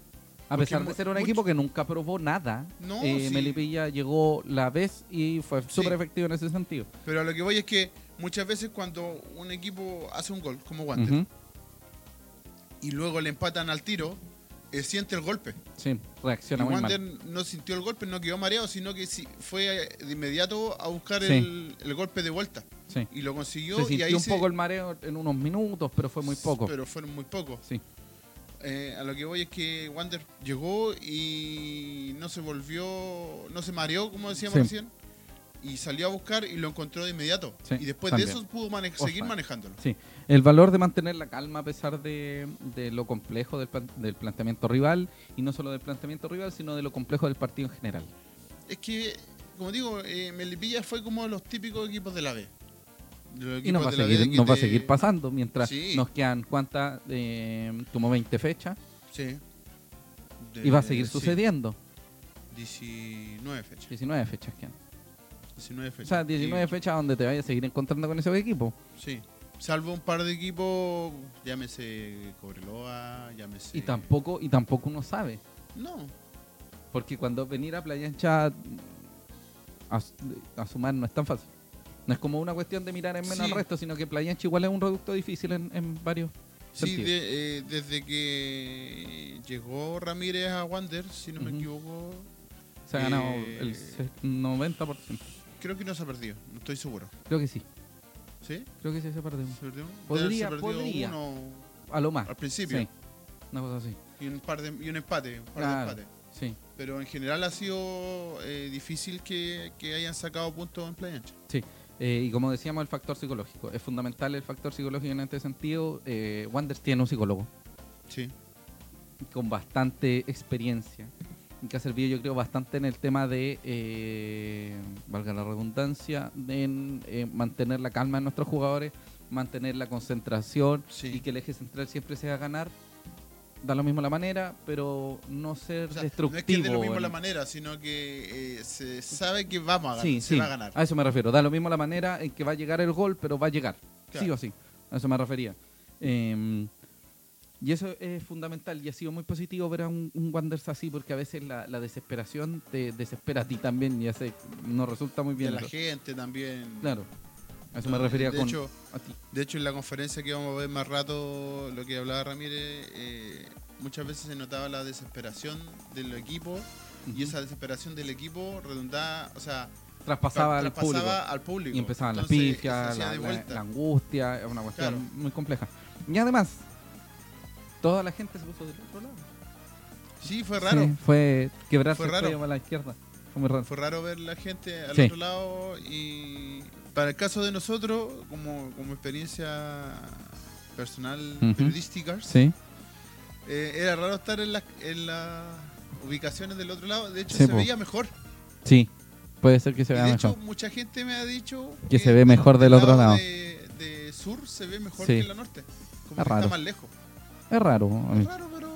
Speaker 2: A
Speaker 1: Porque
Speaker 2: pesar de
Speaker 1: mu-
Speaker 2: ser un
Speaker 1: mucho-
Speaker 2: equipo que nunca probó nada,
Speaker 1: No,
Speaker 2: eh,
Speaker 1: sí.
Speaker 2: Melipilla llegó la vez y fue súper efectivo en ese sentido.
Speaker 1: Pero a lo que voy es que muchas veces cuando un equipo hace un gol, como Wander,
Speaker 2: Ujú.
Speaker 1: y luego le empatan al tiro, eh, siente el golpe.
Speaker 2: Sí,
Speaker 1: Y
Speaker 2: reacciona muy
Speaker 1: Wander
Speaker 2: mal.
Speaker 1: no sintió el golpe, no quedó mareado, sino que sí, fue eh, de inmediato a buscar
Speaker 2: Sí.
Speaker 1: el, el golpe de vuelta.
Speaker 2: Sí.
Speaker 1: Y lo consiguió.
Speaker 2: Se
Speaker 1: y
Speaker 2: sintió
Speaker 1: ahí
Speaker 2: un
Speaker 1: se-
Speaker 2: poco el mareo en unos minutos, pero fue muy poco.
Speaker 1: Pero fueron muy pocos.
Speaker 2: Sí.
Speaker 1: Eh, a lo que voy es que Wander llegó y no se volvió, no se mareó, como decíamos
Speaker 2: Sí.
Speaker 1: recién, y salió a buscar y lo encontró de inmediato.
Speaker 2: Sí,
Speaker 1: y después
Speaker 2: también.
Speaker 1: de eso pudo mane-
Speaker 2: Ojalá.
Speaker 1: seguir manejándolo.
Speaker 2: Sí. El valor de mantener la calma a pesar de, de lo complejo del, plan- del planteamiento rival, y no solo del planteamiento rival, sino de lo complejo del partido en general.
Speaker 1: Es que, como digo, eh, Melipilla fue como los típicos equipos de la B. Los
Speaker 2: Y nos
Speaker 1: equipos
Speaker 2: va, a
Speaker 1: de la B
Speaker 2: seguir,
Speaker 1: que
Speaker 2: nos va a
Speaker 1: te-
Speaker 2: seguir pasando mientras
Speaker 1: Sí.
Speaker 2: nos quedan, ¿cuántas? Eh, como 20 fechas,
Speaker 1: Sí. De-
Speaker 2: y va a seguir
Speaker 1: sí,
Speaker 2: sucediendo.
Speaker 1: 19 fechas.
Speaker 2: 19 fechas quedan.
Speaker 1: 19 fechas.
Speaker 2: O sea, 19
Speaker 1: Y-
Speaker 2: fechas donde te vayas a seguir encontrando con ese equipo.
Speaker 1: Sí. Salvo un par de equipos, llámese Cobreloa, llámese.
Speaker 2: Y tampoco y tampoco uno sabe.
Speaker 1: No,
Speaker 2: Porque cuando venir a Playa Ancha a, a sumar no es tan fácil. No es como una cuestión de mirar en menos
Speaker 1: Sí.
Speaker 2: al resto, sino que Playa Ancha igual es un reducto difícil en, en varios.
Speaker 1: Sí,
Speaker 2: sentido.
Speaker 1: de- eh, desde que llegó Ramírez a Wander, si no me
Speaker 2: Ujú.
Speaker 1: equivoco,
Speaker 2: Se ha ganado
Speaker 1: Eh.
Speaker 2: el se- 90%.
Speaker 1: creo que no se ha perdido, no estoy seguro.
Speaker 2: Creo que sí.
Speaker 1: ¿Sí?
Speaker 2: Creo que sí se perdió.
Speaker 1: ¿Se perdió? Debe
Speaker 2: Podría-
Speaker 1: haberse perdido
Speaker 2: podría.
Speaker 1: uno
Speaker 2: A lo más.
Speaker 1: al principio.
Speaker 2: Sí. Una cosa así.
Speaker 1: Y, un par de, y un empate. Un par
Speaker 2: Claro.
Speaker 1: de empates.
Speaker 2: Sí,
Speaker 1: Pero en general ha sido eh, difícil que, que hayan sacado puntos en playa ancha.
Speaker 2: sí. Eh, y como decíamos, el factor psicológico. Es fundamental el factor psicológico en este sentido. Eh, Wanders tiene un psicólogo
Speaker 1: Sí.
Speaker 2: con bastante experiencia. y Que ha servido, yo creo, bastante en el tema de, eh, valga la redundancia, en eh, mantener la calma en nuestros jugadores, mantener la concentración,
Speaker 1: Sí.
Speaker 2: y que el eje central siempre sea ganar. Da lo mismo la manera, pero no ser
Speaker 1: O sea,
Speaker 2: destructivo.
Speaker 1: no es que de lo mismo
Speaker 2: en-
Speaker 1: la manera, sino que eh, se sabe que vamos a ganar.
Speaker 2: sí,
Speaker 1: se
Speaker 2: sí,
Speaker 1: va a ganar.
Speaker 2: eso me refiero. Da lo mismo la manera en que va a llegar el gol, pero va a llegar.
Speaker 1: Claro.
Speaker 2: Sí o sí. A eso me refería. Eh, y eso es fundamental y ha sido muy positivo ver a un, un Wanderers así, porque a veces la, la desesperación te desespera a ti también y hace, no resulta muy
Speaker 1: Y a
Speaker 2: bien.
Speaker 1: la
Speaker 2: eso.
Speaker 1: gente también.
Speaker 2: Claro. A eso me refería
Speaker 1: de
Speaker 2: con
Speaker 1: hecho,
Speaker 2: a ti.
Speaker 1: de hecho, en la conferencia que vamos a ver más rato, lo que hablaba Ramírez, eh, muchas veces se notaba la desesperación del equipo y esa desesperación del equipo redundaba, o sea,
Speaker 2: traspasaba
Speaker 1: tra-
Speaker 2: al
Speaker 1: traspasaba
Speaker 2: público.
Speaker 1: al público.
Speaker 2: Y empezaban
Speaker 1: Entonces,
Speaker 2: las pifias,
Speaker 1: se hacía
Speaker 2: la,
Speaker 1: de
Speaker 2: la-
Speaker 1: vuelta.
Speaker 2: la angustia, es una cuestión
Speaker 1: Claro.
Speaker 2: muy compleja. Y además, toda la gente se puso del otro lado.
Speaker 1: Sí, fue raro.
Speaker 2: Sí, fue quebrarse
Speaker 1: Fue
Speaker 2: el
Speaker 1: raro.
Speaker 2: cuello para la izquierda. Fue muy raro.
Speaker 1: Fue raro ver la gente al
Speaker 2: Sí.
Speaker 1: otro lado y para el caso de nosotros, como, como experiencia personal
Speaker 2: Ujú.
Speaker 1: periodística,
Speaker 2: Sí,
Speaker 1: eh, era raro estar en las en las ubicaciones del otro lado. De hecho,
Speaker 2: Sí,
Speaker 1: se
Speaker 2: po.
Speaker 1: veía mejor.
Speaker 2: sí. Puede ser que se
Speaker 1: Y
Speaker 2: vea
Speaker 1: de
Speaker 2: mejor.
Speaker 1: hecho, mucha gente me ha dicho
Speaker 2: Que se ve mejor del otro lado.
Speaker 1: De, de sur se ve mejor
Speaker 2: Sí.
Speaker 1: que en la norte. Como
Speaker 2: Es
Speaker 1: que
Speaker 2: raro.
Speaker 1: está más lejos.
Speaker 2: Es raro.
Speaker 1: Es raro, pero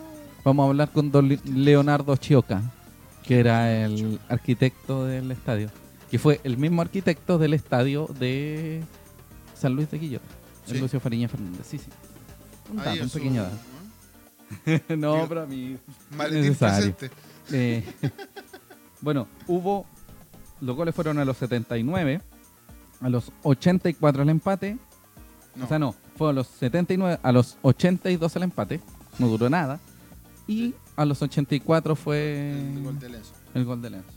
Speaker 2: Vamos a hablar con don Li- Leonardo Chioca, que era el arquitecto del estadio. Que fue el mismo arquitecto del estadio de San Luis de Quillota. el
Speaker 1: Sí.
Speaker 2: Lucio Fariña Fernández. Sí, sí. Un
Speaker 1: ahí
Speaker 2: dato, un
Speaker 1: en su-
Speaker 2: pequeño dato.
Speaker 1: ¿eh?
Speaker 2: no,
Speaker 1: Digo-
Speaker 2: pero a mí.
Speaker 1: Maletín
Speaker 2: Necesario.
Speaker 1: presente.
Speaker 2: Eh, bueno, hubo. Los goles fueron a los 79, a los 84 el empate.
Speaker 1: No,
Speaker 2: O sea, no, fue a los 79, a los 82 el empate. No duró nada. Y a los 84 fue
Speaker 1: el gol de Lenzo.
Speaker 2: el gol de Lenzo.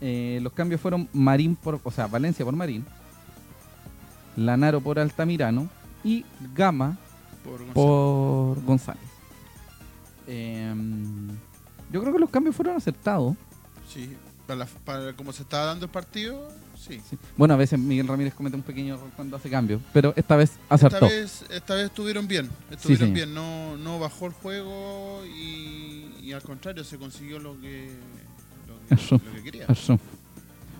Speaker 2: Eh, los cambios fueron Marín por, o sea, Valencia por Marín, Lanaro por Altamirano y Gama
Speaker 1: Por Gonzalo.
Speaker 2: por González. Eh, yo creo que los cambios fueron aceptados.
Speaker 1: Sí, para, la- para como se estaba dando el partido, sí.
Speaker 2: Sí. Bueno, a veces Miguel Ramírez comete un pequeño error cuando hace cambios, pero esta vez
Speaker 1: Esta
Speaker 2: acertó.
Speaker 1: vez, esta vez estuvieron bien, estuvieron
Speaker 2: señor.
Speaker 1: bien, no, no bajó el juego y, y al contrario se consiguió lo que, lo que,
Speaker 2: Eso.
Speaker 1: lo que quería.
Speaker 2: Eso.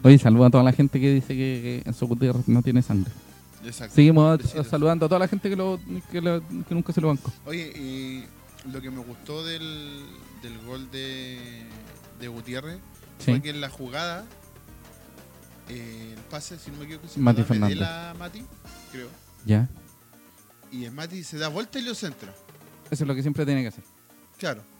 Speaker 2: Oye, saludo a toda la gente que dice que, que Enzo Gutiérrez no tiene sangre.
Speaker 1: Exacto.
Speaker 2: Seguimos
Speaker 1: Besitos.
Speaker 2: saludando a toda la gente que, lo, que, lo- que nunca se lo bancó.
Speaker 1: Oye, y lo que me gustó del, del gol de, de Gutiérrez fue
Speaker 2: Sí.
Speaker 1: que en la jugada, eh, el pase, si no me equivoco, se
Speaker 2: Mati
Speaker 1: lo da
Speaker 2: Fernández.
Speaker 1: Medela a Mati, creo.
Speaker 2: Ya.
Speaker 1: Y el Mati se da vuelta y lo centra.
Speaker 2: Eso es lo que siempre tiene que hacer.
Speaker 1: Claro.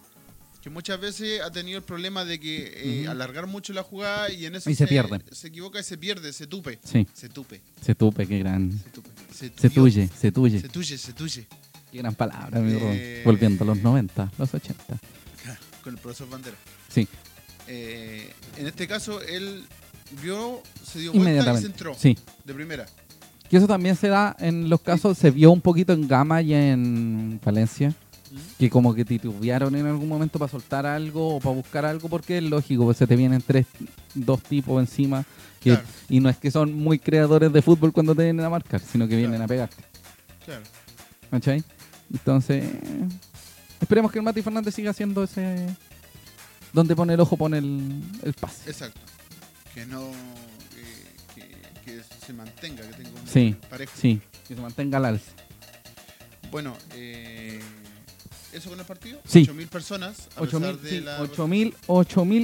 Speaker 1: Que muchas veces ha tenido el problema de que eh,
Speaker 2: Ujú.
Speaker 1: alargar mucho la jugada y en eso
Speaker 2: Y se pierde.
Speaker 1: Se equivoca y se pierde, se tupe.
Speaker 2: Sí.
Speaker 1: Se tupe,
Speaker 2: Se tupe, qué gran.
Speaker 1: se tupe. Se,
Speaker 2: Se
Speaker 1: tuyó,
Speaker 2: tuye, se tuye.
Speaker 1: Se tuye, se tuye.
Speaker 2: Qué gran palabra, amigo Rubén.
Speaker 1: Eh.
Speaker 2: Volviendo a los 90, los 80.
Speaker 1: Con el profesor Bandera.
Speaker 2: Sí,
Speaker 1: Eh, en este caso, él vio, se dio vuelta y se
Speaker 2: inmediatamente.
Speaker 1: entró.
Speaker 2: Sí.
Speaker 1: De primera.
Speaker 2: Que eso también se da en los casos, se vio un poquito en Gama y en Valencia,
Speaker 1: ¿Mm?
Speaker 2: que como que titubearon en algún momento para soltar algo o para buscar algo, porque es lógico, pues se te vienen tres, dos tipos encima, que-
Speaker 1: Claro.
Speaker 2: y no es que son muy creadores de fútbol cuando te vienen a marcar, sino que vienen
Speaker 1: Claro.
Speaker 2: a pegarte.
Speaker 1: Claro.
Speaker 2: ¿Cachai? Entonces, esperemos que el Mati Fernández siga haciendo ese... Donde pone el ojo, pone el, el pase.
Speaker 1: Exacto. Que no. eh, que, que se mantenga, que tenga un
Speaker 2: Sí,
Speaker 1: parejo.
Speaker 2: Sí, que se mantenga al alza.
Speaker 1: Bueno, eh, eso con el partido.
Speaker 2: Sí.
Speaker 1: 8.000 personas. A pesar
Speaker 2: 8.000,
Speaker 1: de
Speaker 2: sí,
Speaker 1: la.
Speaker 2: 8.000,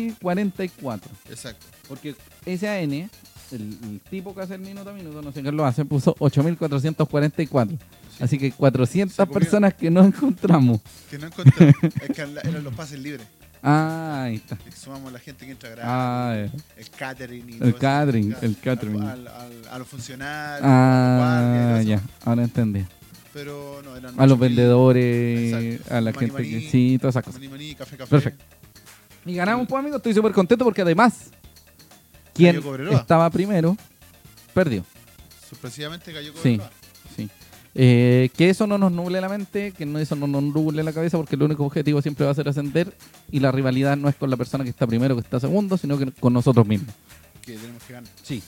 Speaker 2: 8.044.
Speaker 1: Exacto.
Speaker 2: Porque SAN, el, el tipo que hace el minuto a minuto, no sé qué lo hace, puso 8.444.
Speaker 1: Sí.
Speaker 2: Así que 400
Speaker 1: Se comió.
Speaker 2: personas que no encontramos.
Speaker 1: Que no encontré. es que la- eran los pases libres.
Speaker 2: Ah, ahí está.
Speaker 1: Le sumamos a la gente que entra gratis.
Speaker 2: Ah, eh.
Speaker 1: el catering. Y todo
Speaker 2: el
Speaker 1: eso.
Speaker 2: catering,
Speaker 1: Claro,
Speaker 2: el catering.
Speaker 1: Al, al- a los funcionarios. a
Speaker 2: Ah,
Speaker 1: los guardias y todo
Speaker 2: ya,
Speaker 1: eso.
Speaker 2: ahora entendí.
Speaker 1: Pero no, eran
Speaker 2: A los
Speaker 1: 8.000.
Speaker 2: vendedores,
Speaker 1: Exacto.
Speaker 2: a la
Speaker 1: Mani,
Speaker 2: gente que...
Speaker 1: mani.
Speaker 2: Sí, todas esas cosas.
Speaker 1: Maní, maní, café, café.
Speaker 2: Perfecto. Y ganamos, pues, amigos. Estoy súper contento porque además, quien
Speaker 1: Cobreloa.
Speaker 2: estaba primero, perdió.
Speaker 1: Sorpresivamente cayó con
Speaker 2: Sí, sí. Eh, que eso no nos nuble la mente, que no, eso no nos nuble la cabeza, porque el único objetivo siempre va a ser ascender y la rivalidad no es con la persona que está primero, que está segundo, sino que con nosotros mismos.
Speaker 1: que tenemos que ganar.
Speaker 2: Sí.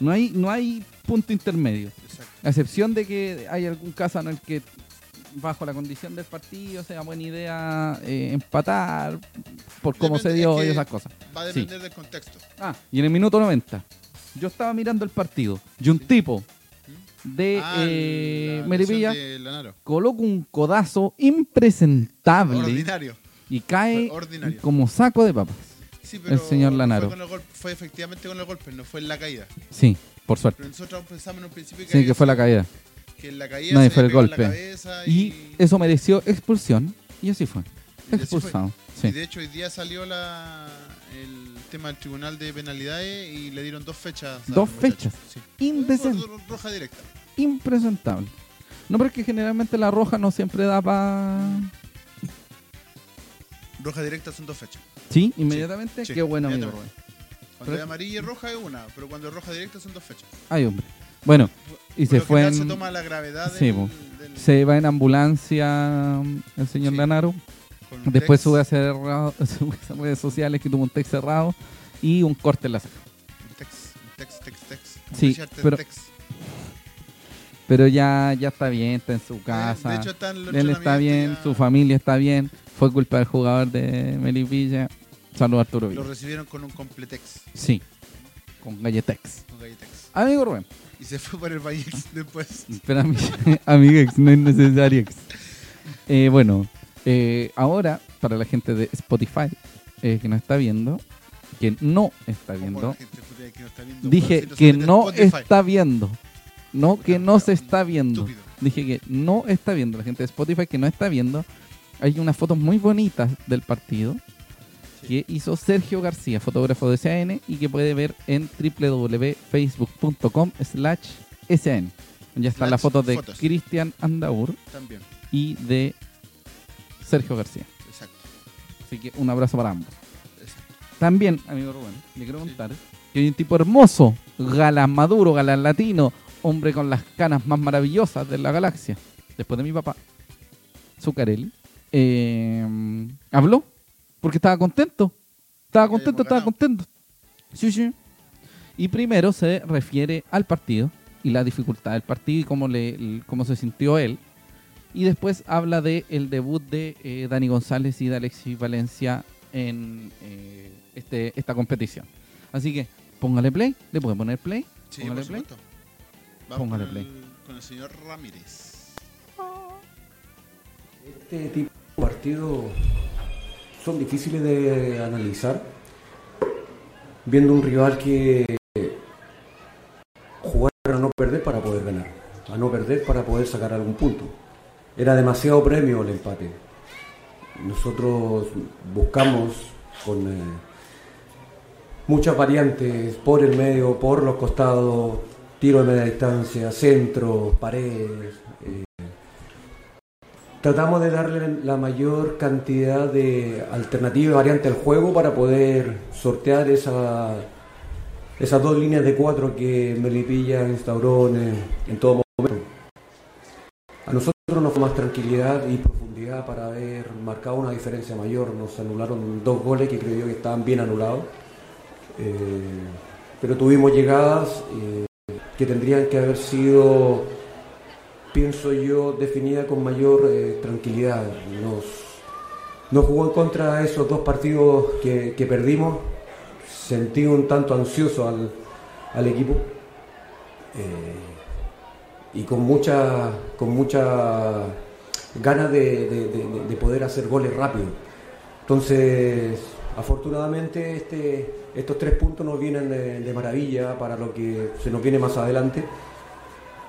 Speaker 2: No hay, no hay punto intermedio,
Speaker 1: Exacto.
Speaker 2: a excepción de que hay algún caso en el que bajo la condición del partido sea buena idea eh, empatar por cómo
Speaker 1: Depende,
Speaker 2: se dio
Speaker 1: es
Speaker 2: y
Speaker 1: que-
Speaker 2: esas cosas.
Speaker 1: Va a
Speaker 2: Sí.
Speaker 1: depender del contexto.
Speaker 2: Ah, y en el minuto 90, yo estaba mirando el partido y un tipo de
Speaker 1: Ah,
Speaker 2: eh,
Speaker 1: la
Speaker 2: Melipilla
Speaker 1: lesión de Lanaro.
Speaker 2: coloca un codazo impresentable
Speaker 1: Ordinario.
Speaker 2: y cae
Speaker 1: Fue ordinario.
Speaker 2: como saco de papas.
Speaker 1: Sí, pero
Speaker 2: El señor
Speaker 1: fue
Speaker 2: Lanaro.
Speaker 1: con el gol- Fue, efectivamente con el golpe, no fue en la caída.
Speaker 2: Sí, por suerte.
Speaker 1: Pero nosotros pensamos en un principio que,
Speaker 2: Sí,
Speaker 1: había
Speaker 2: que fue la caída.
Speaker 1: sido- que en la caída
Speaker 2: No,
Speaker 1: se
Speaker 2: y fue el
Speaker 1: pegó en
Speaker 2: golpe.
Speaker 1: La cabeza y,
Speaker 2: Y eso mereció expulsión y así fue.
Speaker 1: Y así fue.
Speaker 2: Expulsado.
Speaker 1: y
Speaker 2: Sí.
Speaker 1: de hecho hoy día salió la, el tema del tribunal de penalidades y le dieron dos fechas. al
Speaker 2: Dos
Speaker 1: muchacho.
Speaker 2: fechas.
Speaker 1: Sí.
Speaker 2: Indecente.
Speaker 1: Por Roja directa.
Speaker 2: Impresentable. No, pero es que generalmente la roja no siempre da para...
Speaker 1: Roja directa son dos fechas.
Speaker 2: Sí, inmediatamente.
Speaker 1: sí,
Speaker 2: Qué bueno, amigo.
Speaker 1: inmediatamente. Cuando
Speaker 2: Pero-
Speaker 1: es amarilla y roja es una, pero cuando es roja directa son dos fechas.
Speaker 2: Ay, hombre. Bueno, y
Speaker 1: Por
Speaker 2: se
Speaker 1: lo
Speaker 2: fue
Speaker 1: general
Speaker 2: en-
Speaker 1: se toma la gravedad
Speaker 2: Sí,
Speaker 1: del-
Speaker 2: po.
Speaker 1: del-
Speaker 2: se va en ambulancia mm, el señor
Speaker 1: Sí.
Speaker 2: Lanaro.
Speaker 1: con un
Speaker 2: Después
Speaker 1: text.
Speaker 2: sube a, cerrado- sube a redes sociales que tuvo un text cerrado y un corte en la ceja.
Speaker 1: Un text, un text, text, text. Un
Speaker 2: Sí,
Speaker 1: t-shirt de
Speaker 2: pero-
Speaker 1: text.
Speaker 2: Pero ya, ya está bien, está en su
Speaker 1: De
Speaker 2: casa.
Speaker 1: hecho, están los
Speaker 2: Él está bien,
Speaker 1: entrenamientos ya-
Speaker 2: su familia está bien. Fue culpa del jugador de Melipilla. Saludos a Arturo
Speaker 1: Lo
Speaker 2: Villa.
Speaker 1: recibieron con un completex.
Speaker 2: Sí, con Galletex.
Speaker 1: un Galletex.
Speaker 2: Amigo Rubén,
Speaker 1: Y se fue por el Vallex después.
Speaker 2: espera, ami- amigo ex, no es necesario ex. Eh, bueno, eh, ahora, para la gente de Spotify eh, que nos está viendo, que no está
Speaker 1: Como
Speaker 2: viendo,
Speaker 1: la gente putea que no está viendo,
Speaker 2: Dije
Speaker 1: bueno, si
Speaker 2: que
Speaker 1: se mete
Speaker 2: no
Speaker 1: Spotify.
Speaker 2: está viendo. No, que no se está viendo.
Speaker 1: Estúpido.
Speaker 2: Dije que no está viendo. La gente de Spotify que no está viendo. Hay unas fotos muy bonitas del partido que hizo Sergio García, fotógrafo de SAN, y que puede ver en www.facebook.com slash SAN. Ya están
Speaker 1: Slash
Speaker 2: las fotos de
Speaker 1: fotos.
Speaker 2: Cristian Andaur
Speaker 1: También,
Speaker 2: y de Sergio García.
Speaker 1: exacto.
Speaker 2: Así que un abrazo para ambos.
Speaker 1: exacto.
Speaker 2: También, amigo Rubén, le quiero contar que hay un tipo hermoso, galán maduro, galán latino, hombre con las canas más maravillosas de la galaxia, después de mi papá, Zuccarelli, eh, habló porque estaba contento. Estaba
Speaker 1: Que
Speaker 2: contento,
Speaker 1: hayamos
Speaker 2: estaba
Speaker 1: ganado.
Speaker 2: contento. Sí, sí. Y primero se refiere al partido y la dificultad del partido y cómo, le, el- cómo se sintió él. Y después habla de el debut de eh, Dani González y de Alexis Valencia en eh, este, esta competición. Así que póngale play, le pueden poner play.
Speaker 1: Sí,
Speaker 2: Póngale
Speaker 1: por
Speaker 2: play.
Speaker 1: supuesto. Vamos
Speaker 2: Póngale
Speaker 1: con el, con el señor Ramírez.
Speaker 3: Este tipo de partidos son difíciles de analizar. Viendo un rival que jugar a no perder para poder ganar, a no perder para poder sacar algún punto. Era demasiado premio el empate. Nosotros buscamos con eh, muchas variantes por el medio, por los costados, tiro de media distancia, centro, paredes. eh, Tratamos de darle la mayor cantidad de alternativas y variantes al juego para poder sortear esa, esas dos líneas de cuatro que Melipilla instauró en, en todo momento. A nosotros nos fue más tranquilidad y profundidad para haber marcado una diferencia mayor. Nos anularon dos goles que creo yo que estaban bien anulados. Eh, pero tuvimos llegadas eh, que tendrían que haber sido pienso yo, definida con mayor eh, tranquilidad. Nos, nos jugó en contra esos dos partidos que, que perdimos. Sentí un tanto ansioso al, al equipo. Eh, y con mucha, con mucha ganas de, de- de- de poder hacer goles rápido. Entonces, afortunadamente, este, estos tres puntos nos vienen de- de maravilla para lo que se nos viene más adelante.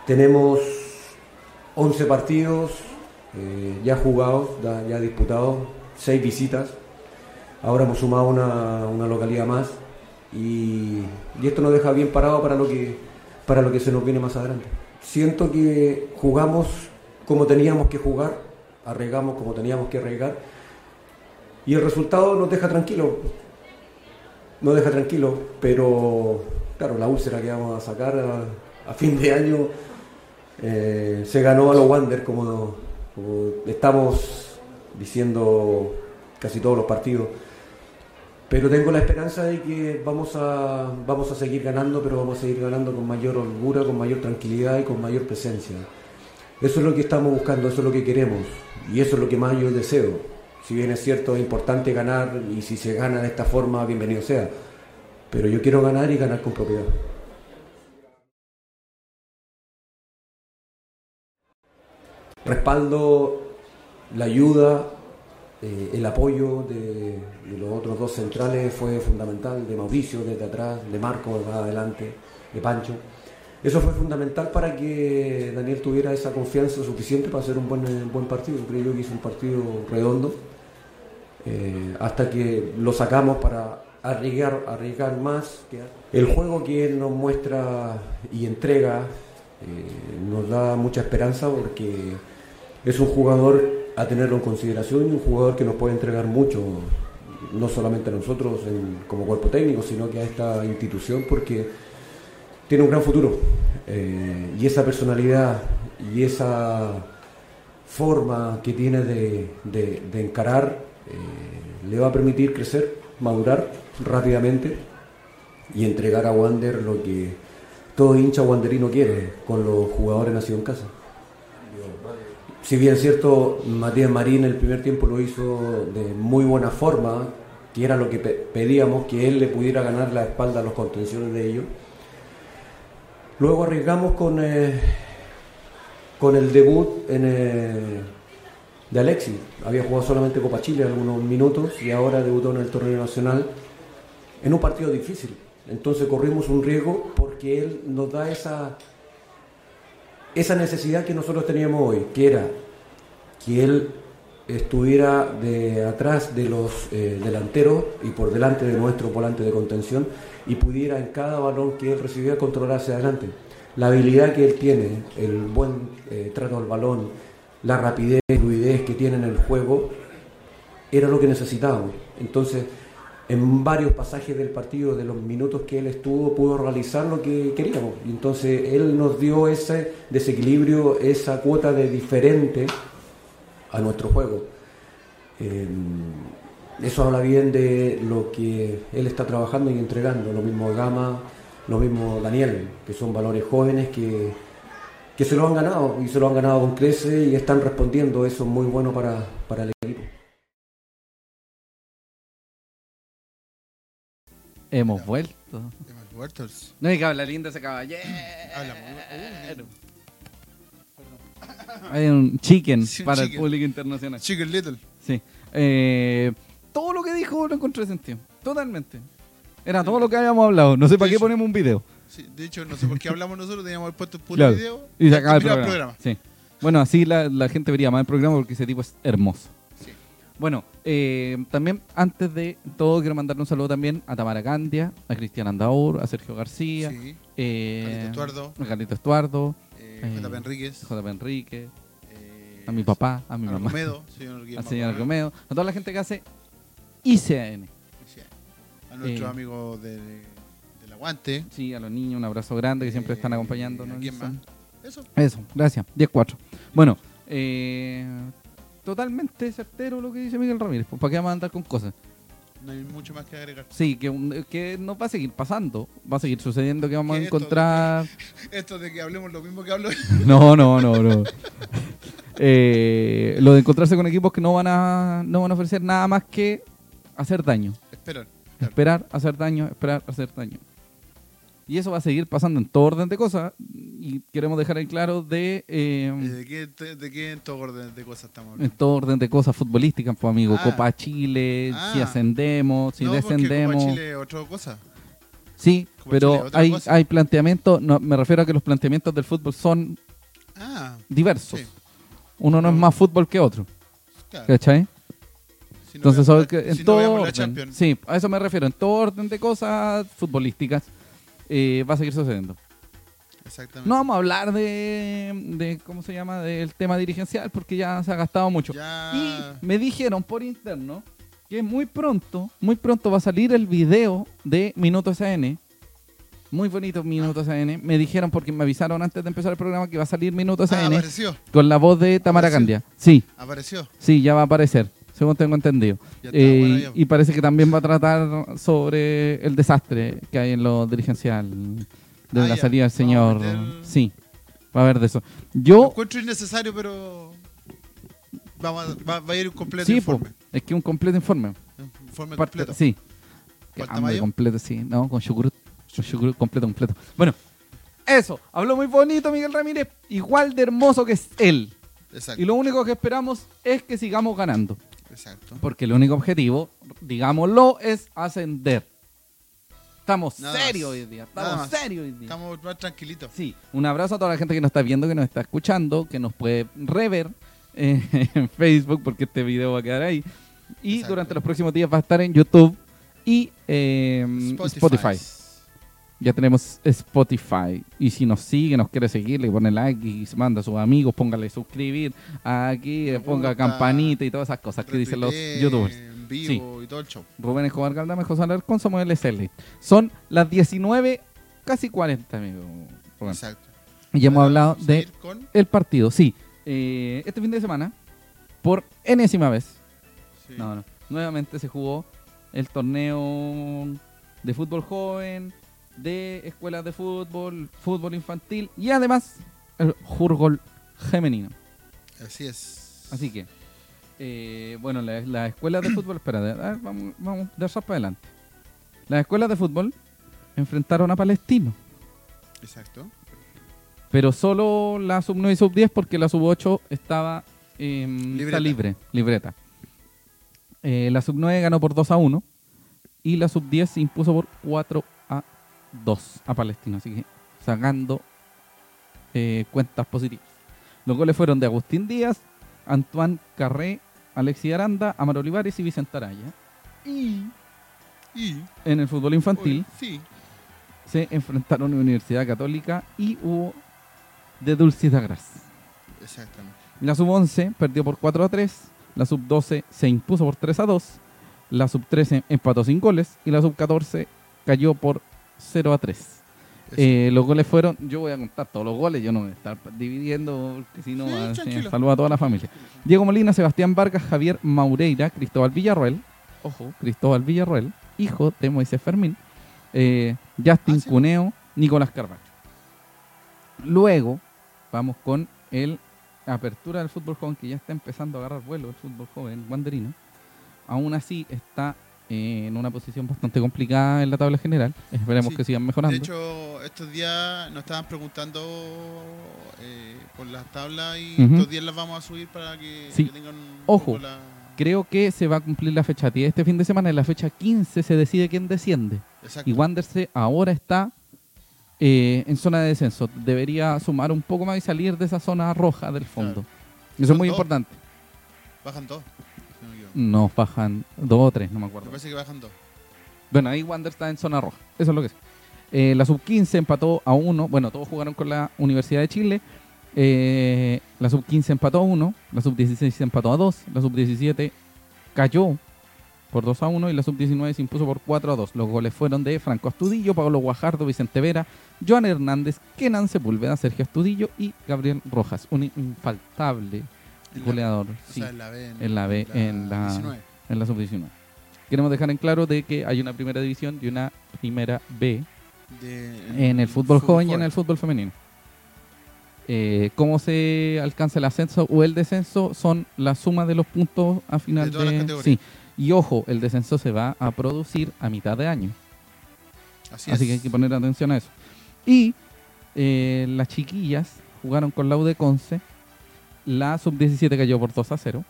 Speaker 3: Tenemos 11 partidos eh, ya jugados, da- ya disputados, 6 visitas. Ahora hemos sumado una, una localidad más y, y esto nos deja bien parado para lo, que, para lo que se nos viene más adelante. Siento que jugamos como teníamos que jugar, arriesgamos como teníamos que arriesgar y el resultado nos deja tranquilo. Nos deja tranquilo, pero claro, la úlcera que vamos a sacar a- a fin de año eh, se ganó a los Wander, como, como estamos diciendo casi todos los partidos. Pero tengo la esperanza de que vamos a, vamos a seguir ganando, pero vamos a seguir ganando con mayor holgura, con mayor tranquilidad y con mayor presencia. Eso es lo que estamos buscando, eso es lo que queremos y eso es lo que más yo deseo. Si bien es cierto, es importante ganar y si se gana de esta forma, bienvenido sea. Pero yo quiero ganar y ganar con propiedad. Respaldo la ayuda, eh, el apoyo de, de, los otros dos centrales fue fundamental, de Mauricio desde atrás, de Marco desde adelante, de Pancho. Eso fue fundamental para que Daniel tuviera esa confianza suficiente para hacer un buen, un buen partido. Creo yo que hizo un partido redondo, eh, hasta que lo sacamos para arriesgar, arriesgar más. El juego que él nos muestra y entrega eh, nos da mucha esperanza porque es un jugador a tenerlo en consideración y un jugador que nos puede entregar mucho, no solamente a nosotros en, como cuerpo técnico, sino que a esta institución porque tiene un gran futuro. Eh, y esa personalidad y esa forma que tiene de, de, de encarar eh, le va a permitir crecer, madurar rápidamente y entregar a Wander lo que todo hincha wanderino quiere con los jugadores nacidos en casa. Si bien es cierto, Matías Marín el primer tiempo lo hizo de muy buena forma, que era lo que pedíamos, que él le pudiera ganar la espalda a los contenciones de ellos. Luego arriesgamos con, eh, con el debut en, eh, de Alexis. Había jugado solamente Copa Chile algunos minutos y ahora debutó en el torneo nacional en un partido difícil. Entonces corrimos un riesgo porque él nos da esa, esa necesidad que nosotros teníamos hoy, que era que él estuviera de atrás de los eh, delanteros y por delante de nuestro volante de contención y pudiera en cada balón que él recibía controlar hacia adelante. La habilidad que él tiene, el buen eh, trato al balón, la rapidez, fluidez que tiene en el juego, era lo que necesitábamos. Entonces, en varios pasajes del partido, de los minutos que él estuvo, pudo realizar lo que queríamos. Y entonces él nos dio ese desequilibrio, esa cuota de diferente a nuestro juego. Eh, eso habla bien de lo que él está trabajando y entregando, lo mismo Gama, lo mismo Daniel, que son valores jóvenes que, que se lo han ganado y se lo han ganado con crece y están respondiendo, eso es muy bueno para, para el equipo.
Speaker 2: Hemos vuelto.
Speaker 1: Hemos vuelto.
Speaker 2: No hay que hablar lindo ese caballero. Hay un chicken
Speaker 1: Sí, un
Speaker 2: para el
Speaker 1: chicken.
Speaker 2: público internacional.
Speaker 1: Chicken Little.
Speaker 2: Sí. Eh, todo lo que dijo lo encontré sentido. Totalmente. Era todo lo que habíamos hablado. No sé para qué
Speaker 1: Eso.
Speaker 2: ponemos un video.
Speaker 1: Sí, de hecho, no sé por qué hablamos nosotros, teníamos puesto el puro
Speaker 2: Claro.
Speaker 1: video.
Speaker 2: Y se acaba el
Speaker 1: terminaba
Speaker 2: programa. Sí. Bueno, así la, la gente vería más el programa porque ese tipo es hermoso.
Speaker 1: Sí.
Speaker 2: Bueno, eh, también antes de todo quiero mandarle un saludo también a Tamara Candia, a Cristian Andaur, a Sergio García,
Speaker 1: Sí.
Speaker 2: eh,
Speaker 1: Carlito Estuardo.
Speaker 2: a Carlito Estuardo,
Speaker 1: Eh,
Speaker 2: Eh,
Speaker 1: JP Enríquez.
Speaker 2: JP Enrique,
Speaker 1: eh,
Speaker 2: a mi papá, a mi
Speaker 1: a
Speaker 2: mamá,
Speaker 1: Arcomedo, señor Guillermo
Speaker 2: al señor
Speaker 1: Arcomedo.
Speaker 2: Argomedo, a toda la gente que hace ICN.
Speaker 1: Sí. A nuestros
Speaker 2: Eh.
Speaker 1: amigos del, del Aguante.
Speaker 2: Sí, a los niños un abrazo grande que siempre están
Speaker 1: Eh,
Speaker 2: acompañándonos.
Speaker 1: ¿a quién
Speaker 2: Nelson.
Speaker 1: más? Eso.
Speaker 2: Eso, gracias. 10-4. Bueno, eh, totalmente certero lo que dice Miguel Ramírez. pues, ¿Para qué vamos a andar con cosas?
Speaker 1: No hay mucho más que agregar.
Speaker 2: Sí, que, un- que nos va a seguir pasando, va a seguir sucediendo que vamos a
Speaker 1: Que esto-
Speaker 2: encontrar...
Speaker 1: Esto de que hablemos lo mismo que hablo.
Speaker 2: No, no, no, no. Eh, lo de encontrarse con equipos que no van a no van a ofrecer nada más que hacer daño.
Speaker 1: Espera. Claro.
Speaker 2: Esperar, hacer daño, esperar, hacer daño. Y eso va a seguir pasando en todo orden de cosas. Y queremos dejar en claro de... eh,
Speaker 1: Eh, ¿De qué, de, de qué en todo orden de cosas estamos
Speaker 2: En
Speaker 1: hablando?
Speaker 2: todo orden de cosas futbolísticas, pues amigo.
Speaker 1: Ah.
Speaker 2: Copa Chile,
Speaker 1: Ah.
Speaker 2: si ascendemos, si
Speaker 1: no,
Speaker 2: descendemos.
Speaker 1: porque Copa Chile es otra cosa.
Speaker 2: Sí,
Speaker 1: Copa Chile
Speaker 2: pero
Speaker 1: es otra
Speaker 2: hay,
Speaker 1: cosa.
Speaker 2: hay planteamientos, no, me refiero a que los planteamientos del fútbol son
Speaker 1: Ah,
Speaker 2: diversos.
Speaker 1: Sí.
Speaker 2: Uno no es más fútbol que otro,
Speaker 1: claro.
Speaker 2: ¿cachai?
Speaker 1: Si no
Speaker 2: Entonces, ¿sabes
Speaker 1: vemos-
Speaker 2: qué? en
Speaker 1: si no
Speaker 2: todo
Speaker 1: vemos la
Speaker 2: orden,
Speaker 1: Champions.
Speaker 2: sí, a eso me refiero, en todo orden de cosas futbolísticas eh, va a seguir sucediendo.
Speaker 1: Ah. Exactamente.
Speaker 2: No vamos a hablar de, de, ¿cómo se llama?, del tema dirigencial porque ya se ha gastado mucho.
Speaker 1: Ya.
Speaker 2: Y me dijeron por interno que muy pronto, muy pronto va a salir el video de Minuto SN Muy bonitos
Speaker 1: Ah.
Speaker 2: Minutos AN. Me dijeron, porque me avisaron antes de empezar el programa, que va a salir Minutos
Speaker 1: Ah,
Speaker 2: AN
Speaker 1: apareció,
Speaker 2: con la voz de Tamara
Speaker 1: Apareció.
Speaker 2: Candia. Sí,
Speaker 1: apareció.
Speaker 2: sí, ya va a aparecer, según tengo entendido.
Speaker 1: Ya está,
Speaker 2: Eh,
Speaker 1: bueno, ya.
Speaker 2: y parece que también va a tratar sobre el desastre que hay en lo dirigencial de
Speaker 1: Ah,
Speaker 2: la
Speaker 1: ya. este
Speaker 2: salida del señor.
Speaker 1: Vamos a meter-
Speaker 2: Sí, va a haber de eso.
Speaker 1: Lo
Speaker 2: Yo
Speaker 1: encuentro innecesario, pero vamos a- va, va a ir un completo
Speaker 2: Sí, po,
Speaker 1: informe.
Speaker 2: es que un completo informe.
Speaker 1: Un informe
Speaker 2: Parte-
Speaker 1: completo.
Speaker 2: sí. Que
Speaker 1: ¿Falta
Speaker 2: hambre
Speaker 1: mayo?
Speaker 2: completo, sí. No, con chucrut. Con chucrut completo, completo. Bueno, eso. Habló muy bonito Miguel Ramírez. Igual de hermoso que es él.
Speaker 1: Exacto.
Speaker 2: Y lo único que esperamos es que sigamos ganando.
Speaker 1: Exacto.
Speaker 2: Porque el único objetivo, digámoslo, es ascender. Estamos
Speaker 1: Nada
Speaker 2: serios
Speaker 1: más.
Speaker 2: hoy día.
Speaker 1: Nada
Speaker 2: Estamos
Speaker 1: más.
Speaker 2: serios hoy día.
Speaker 1: Estamos más tranquilitos.
Speaker 2: Sí, un abrazo a toda la gente que nos está viendo, que nos está escuchando, que nos puede rever eh, en Facebook, porque este video va a quedar ahí. Y
Speaker 1: Exacto.
Speaker 2: durante los próximos días va a estar en YouTube y eh, Spotify. Ya tenemos Spotify. Y si nos sigue, nos quiere seguir, le pone like y se manda a sus amigos, póngale suscribir aquí, eh, ponga
Speaker 1: gusta.
Speaker 2: campanita y todas esas cosas que dicen los
Speaker 1: Retuiteé,
Speaker 2: youtubers.
Speaker 1: En vivo y todo el show.
Speaker 2: Rubén Escobar Galdame, José Alarcón, Samuel Selly. Son las 19, casi 40, amigo. Rubén.
Speaker 1: Exacto.
Speaker 2: Y hemos
Speaker 1: Ahora
Speaker 2: hablado
Speaker 1: vamos a
Speaker 2: de
Speaker 1: seguir con-
Speaker 2: el partido, sí. Eh, este fin de semana, por enésima vez,
Speaker 1: sí.
Speaker 2: no, no, nuevamente se jugó el torneo de fútbol joven, de escuelas de fútbol, fútbol infantil y además el jurgol femenino.
Speaker 1: Así es.
Speaker 2: Así que, eh, bueno, la- las escuelas de fútbol, espera, a ver, vamos, vamos de atrás para adelante. Las escuelas de fútbol enfrentaron a Palestino.
Speaker 1: Exacto.
Speaker 2: Pero solo la sub 9 y sub 10 porque la sub 8 estaba eh, está
Speaker 1: Libreta.
Speaker 2: libre, libreta. Eh, la sub 9 ganó por 2 a 1 y la sub 10 se impuso por 4 a 2 a Palestino, así que sacando eh, cuentas positivas. Los goles fueron de Agustín Díaz, Antoine Carré, Alexis Aranda, Amar Olivares y Vicente Araya. Y
Speaker 1: Y.
Speaker 2: en el fútbol infantil
Speaker 1: hoy- sí.
Speaker 2: se enfrentaron a Universidad Católica y hubo de Dulcida Gras.
Speaker 1: Exactamente.
Speaker 2: La sub 11 perdió por 4 a 3. La sub 12 se impuso por 3 a 2. La sub 13 empató sin goles. Y la sub 14 cayó por 0 a 3. Eh, los goles fueron, yo voy a contar todos los goles, yo no voy a estar dividiendo, porque si no,
Speaker 1: Sí,
Speaker 2: ah, sí,
Speaker 1: tranquilo.
Speaker 2: saludo a toda la familia. Diego Molina, Sebastián Vargas, Javier Maureira, Cristóbal Villarroel, ojo, Cristóbal Villarroel, hijo de Moisés Fermín, eh, Justin
Speaker 1: Ah, sí.
Speaker 2: Cuneo, Nicolás Carvalho. Luego vamos con el apertura del fútbol joven, que ya está empezando a agarrar vuelo el fútbol joven, Wanderino. Aún así está eh, en una posición bastante complicada en la tabla general. Esperemos
Speaker 1: Sí.
Speaker 2: que sigan mejorando.
Speaker 1: De hecho, estos días nos estaban preguntando eh, por las tablas y
Speaker 2: Ujú.
Speaker 1: estos días las vamos a subir para que,
Speaker 2: Sí.
Speaker 1: que tengan un
Speaker 2: Ojo.
Speaker 1: poco la-
Speaker 2: Creo que se va a cumplir la fecha 10 este fin de semana. En la fecha 15 se decide quién desciende.
Speaker 1: Exacto.
Speaker 2: Y Wanderse ahora está eh, en zona de descenso. Debería sumar un poco más y salir de esa zona roja del fondo. Eso
Speaker 1: Son
Speaker 2: es muy
Speaker 1: dos.
Speaker 2: importante.
Speaker 1: Bajan dos. si no me equivoco.
Speaker 2: Nos bajan dos o tres, no me
Speaker 1: Me
Speaker 2: acuerdo.
Speaker 1: parece que bajan dos.
Speaker 2: Bueno, ahí Wander está en zona roja. Eso es lo que es. Eh, la sub-15 empató a uno. Bueno, todos jugaron con la Universidad de Chile. Eh, la sub-15 empató a uno. La sub-16 empató a dos. La sub-17 cayó por 2 a 1 y la sub-19 se impuso por 4 a 2. Los goles fueron de Franco Astudillo, Pablo Guajardo, Vicente Vera, Joan Hernández, Kenan Sepúlveda, Sergio Astudillo y Gabriel Rojas. Un infaltable
Speaker 1: En la-
Speaker 2: goleador.
Speaker 1: O
Speaker 2: sí
Speaker 1: sea, en la B.
Speaker 2: en la B, en la-
Speaker 1: 19.
Speaker 2: en la sub-19. Queremos dejar en claro de que hay una primera división y una primera B
Speaker 1: De-
Speaker 2: en el fútbol joven y en el fútbol femenino. Eh, ¿Cómo se alcanza el ascenso o el descenso? Son la suma de los puntos a final
Speaker 1: De todas las categorías.
Speaker 2: Sí. Y ojo, el descenso se va a producir a mitad de año. así
Speaker 1: Así, es.
Speaker 2: que hay que poner atención a eso. Y eh, las chiquillas jugaron con la U de Conce. La sub-17 cayó por 2 a 0.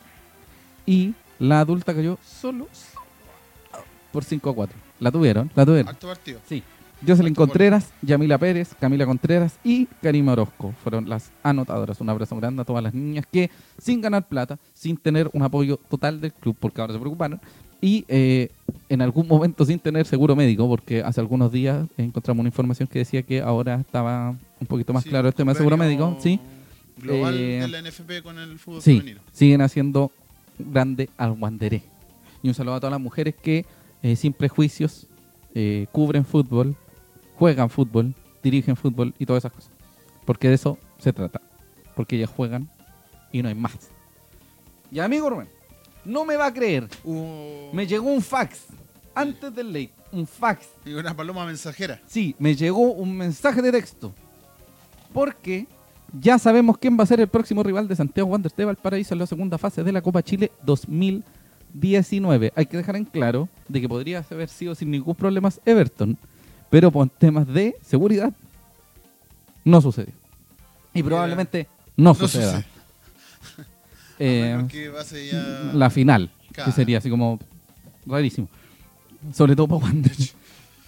Speaker 2: Y la adulta cayó solo, solo por 5 a 4. La tuvieron, la tuvieron.
Speaker 1: Harto partido.
Speaker 2: Jocelyn
Speaker 1: Harto gol.
Speaker 2: Contreras, Yamila Pérez, Camila Contreras y Karima Orozco fueron las anotadoras. Un abrazo grande a todas las niñas que, sin ganar plata, sin tener un apoyo total del club, porque ahora se preocuparon, y eh, en algún momento sin tener seguro médico, porque hace algunos días encontramos una información que decía que ahora estaba un poquito más
Speaker 1: Sí,
Speaker 2: claro el tema de seguro
Speaker 1: convenio
Speaker 2: médico, ¿sí?
Speaker 1: Global
Speaker 2: Eh,
Speaker 1: de la NFP con el fútbol
Speaker 2: Sí,
Speaker 1: femenino.
Speaker 2: siguen haciendo grande al Wanderé. Y un saludo a todas las mujeres que, eh, sin prejuicios, eh, cubren fútbol, juegan fútbol, dirigen fútbol y todas esas cosas. Porque de eso se trata. Porque ellas juegan y no hay más. Y amigo Rubén, no me va a creer.
Speaker 1: Hubo-
Speaker 2: Me llegó un fax antes del late. Un fax.
Speaker 1: y una paloma mensajera.
Speaker 2: Sí, me llegó un mensaje de texto. Porque ya sabemos quién va a ser el próximo rival de Santiago Wanderers de Valparaíso en la segunda fase de la Copa Chile 2019. Hay que dejar en claro de que podría haber sido sin ningún problema Everton, pero por temas de seguridad no sucedió. Y probablemente no, suceda.
Speaker 1: sucede.
Speaker 2: Eh,
Speaker 1: Menos que pase ya-
Speaker 2: la final,
Speaker 1: Claro.
Speaker 2: que sería así como rarísimo. Sobre todo para Wander.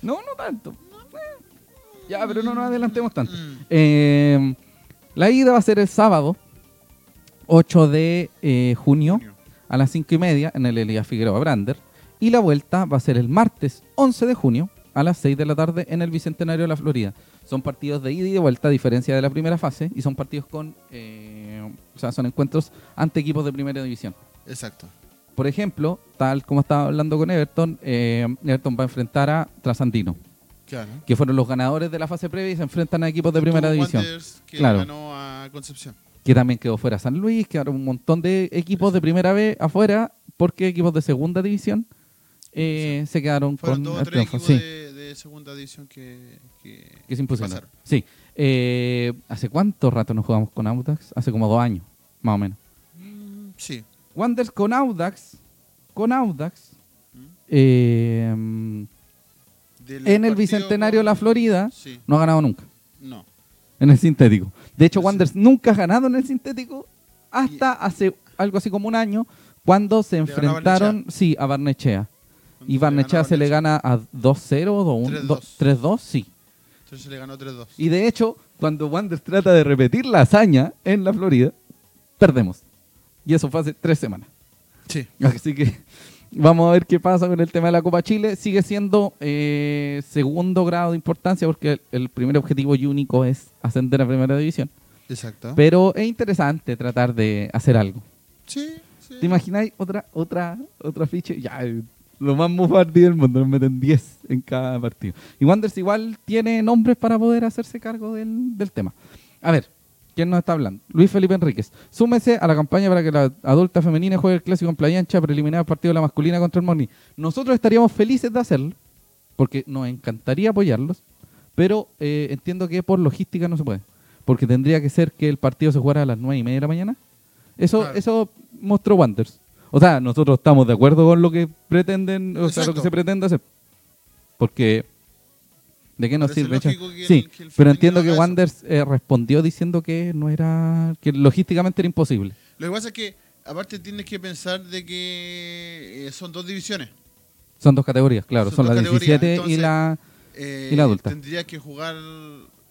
Speaker 2: No, no tanto. Ya, pero no nos adelantemos tanto.
Speaker 1: Mm.
Speaker 2: Eh, la ida va a ser el sábado, 8 de eh, junio,
Speaker 1: Junio.
Speaker 2: a las 5 y media, en el Elías Figueroa Brander. Y la vuelta va a ser el martes, 11 de junio, a las 6 de la tarde, en el Bicentenario de la Florida. Son partidos de ida y de vuelta, a diferencia de la primera fase, y son partidos con. eh, o sea, son encuentros ante equipos de primera división.
Speaker 1: Exacto.
Speaker 2: Por ejemplo, tal como estaba hablando con Everton, eh, Everton va a enfrentar a Trasandino,
Speaker 1: Claro.
Speaker 2: que fueron los ganadores de la fase previa y se enfrentan a equipos de
Speaker 1: Estuvo
Speaker 2: primera división,
Speaker 1: Wanderers, que
Speaker 2: Claro.
Speaker 1: ganó a Concepción.
Speaker 2: que también quedó fuera San Luis, quedaron un montón de equipos de primera B afuera, porque equipos de segunda división eh, se quedaron
Speaker 1: Fueron
Speaker 2: con
Speaker 1: dos o
Speaker 2: el
Speaker 1: tres
Speaker 2: triunfo.
Speaker 1: equipos
Speaker 2: Sí,
Speaker 1: de, de segunda división que, que,
Speaker 2: que se impusieron.
Speaker 1: pasaron.
Speaker 2: Sí. Eh, ¿Hace cuánto rato nos jugamos con Autax? Hace como dos años, más o menos.
Speaker 1: Mm, Sí.
Speaker 2: Wanderers con Audax, con Audax,
Speaker 1: Mm.
Speaker 2: eh, en
Speaker 1: Del
Speaker 2: el
Speaker 1: partido
Speaker 2: Bicentenario de
Speaker 1: con-
Speaker 2: la Florida,
Speaker 1: Sí.
Speaker 2: no ha ganado nunca.
Speaker 1: No.
Speaker 2: En el sintético. De hecho,
Speaker 1: Sí.
Speaker 2: Wanderers nunca ha ganado en el sintético hasta hace algo así como un año, cuando se
Speaker 1: ganó a
Speaker 2: enfrentaron,
Speaker 1: Barnechea.
Speaker 2: sí, a Barnechea. Y Barnechea se le gana a 2-0, 2-1,
Speaker 1: 3-2.
Speaker 2: 2- 3-2, sí.
Speaker 1: Entonces se le ganó 3-2.
Speaker 2: Y de hecho, cuando Wanderers trata de repetir la hazaña en la Florida, perdemos. Y eso fue hace tres semanas.
Speaker 1: Sí.
Speaker 2: Así que vamos a ver qué pasa con el tema de la Copa Chile. Sigue siendo eh, segundo grado de importancia porque el, el primer objetivo y único es ascender a primera división.
Speaker 1: Exacto.
Speaker 2: Pero es interesante tratar de hacer algo.
Speaker 1: sí. sí.
Speaker 2: ¿Te imagináis otra, otra, otra ficha? Ya, eh, lo más mufardi del mundo, nos meten 10 en cada partido. Y Wanderers igual tiene nombres para poder hacerse cargo del, del tema. A ver, ¿quién nos está hablando? Luis Felipe Enríquez. Súmese a la campaña para que la adulta femenina juegue el clásico en Playa Ancha, preliminar al partido de la masculina contra el Morning. Nosotros estaríamos felices de hacerlo, porque nos encantaría apoyarlos, pero eh, entiendo que por logística no se puede. Porque tendría que ser que el partido se jugara a las 9 y media de la mañana. Eso,
Speaker 1: Claro.
Speaker 2: eso mostró Wanders. O sea, nosotros estamos de acuerdo con lo que pretenden, o sea, lo que
Speaker 1: Exacto.
Speaker 2: se pretende hacer. Porque ¿De qué nos
Speaker 1: Parece
Speaker 2: sirve?
Speaker 1: lógico
Speaker 2: Echa-
Speaker 1: que el-
Speaker 2: sí,
Speaker 1: que el
Speaker 2: pero
Speaker 1: femenino
Speaker 2: entiendo que
Speaker 1: haga eso.
Speaker 2: Wanders eh, respondió diciendo que no era que logísticamente era imposible.
Speaker 1: Lo que pasa es que, aparte, tienes que pensar de que eh, son dos divisiones.
Speaker 2: Son dos categorías, claro,
Speaker 1: Son
Speaker 2: son,
Speaker 1: dos
Speaker 2: las
Speaker 1: categorías,
Speaker 2: 17
Speaker 1: entonces-
Speaker 2: y la
Speaker 1: Eh,
Speaker 2: Y la adulta.
Speaker 1: Tendrías que jugar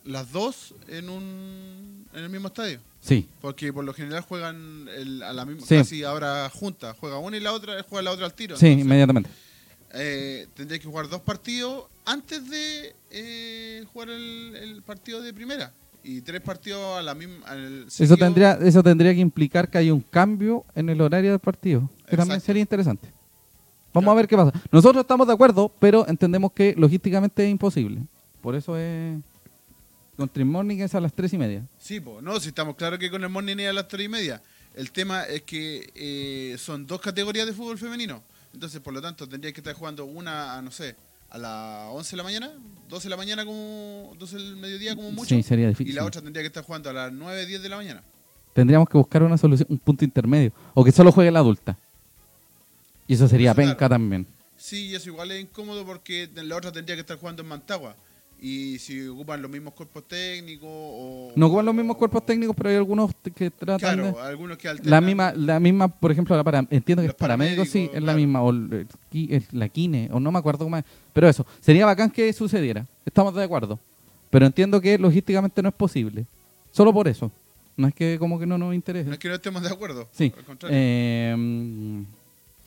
Speaker 1: las dos en un en el mismo estadio.
Speaker 2: sí,
Speaker 1: Porque por lo general juegan el- a la misma,
Speaker 2: Sí.
Speaker 1: casi ahora juntas. Juega una y la otra, juega la otra al tiro.
Speaker 2: sí,
Speaker 1: Entonces,
Speaker 2: inmediatamente.
Speaker 1: eh, tendrías que jugar dos partidos antes de eh, jugar el, el partido de primera. Y tres partidos a la misma. al
Speaker 2: Eso
Speaker 1: seguido.
Speaker 2: tendría eso tendría que implicar que hay un cambio en el horario del partido, que también
Speaker 1: Exacto.
Speaker 2: sería interesante. Vamos a ver qué pasa. Nosotros estamos de acuerdo, pero entendemos que logísticamente es imposible. Por eso es con Morning es a las tres y media.
Speaker 1: Sí, po, no, si estamos claros que con el morning es a las tres y media. El tema es que eh, son dos categorías de fútbol femenino. Entonces, por lo tanto, tendrías que estar jugando una, a, no sé, a las 11 de la mañana, 12 de la mañana como 12 del mediodía como mucho.
Speaker 2: Sí, sería difícil.
Speaker 1: y la otra tendría que estar jugando a las 9, 10 de la mañana.
Speaker 2: Tendríamos que buscar una solución, un punto intermedio. O que solo juegue la adulta. Y eso sería
Speaker 1: Eso, claro.
Speaker 2: penca también.
Speaker 1: Sí, y eso igual es incómodo porque de la otra tendría que estar jugando en Mantagua. Y si ocupan los mismos cuerpos técnicos o...
Speaker 2: No ocupan los mismos
Speaker 1: o-
Speaker 2: cuerpos técnicos, pero hay algunos t- que tratan de-
Speaker 1: Claro, algunos que alternan.
Speaker 2: La misma, la misma, por ejemplo, la para, entiendo que
Speaker 1: Los
Speaker 2: es paramédico, sí,
Speaker 1: paramédicos,
Speaker 2: es la
Speaker 1: claro.
Speaker 2: misma, o el- el qui- el- la quine, o no me acuerdo cómo es. Pero eso, sería bacán que sucediera, estamos de acuerdo. Pero entiendo que logísticamente no es posible. Solo por eso. No es que como que no nos interese.
Speaker 1: No es que no estemos de acuerdo.
Speaker 2: Sí.
Speaker 1: Al contrario.
Speaker 2: Eh, mm,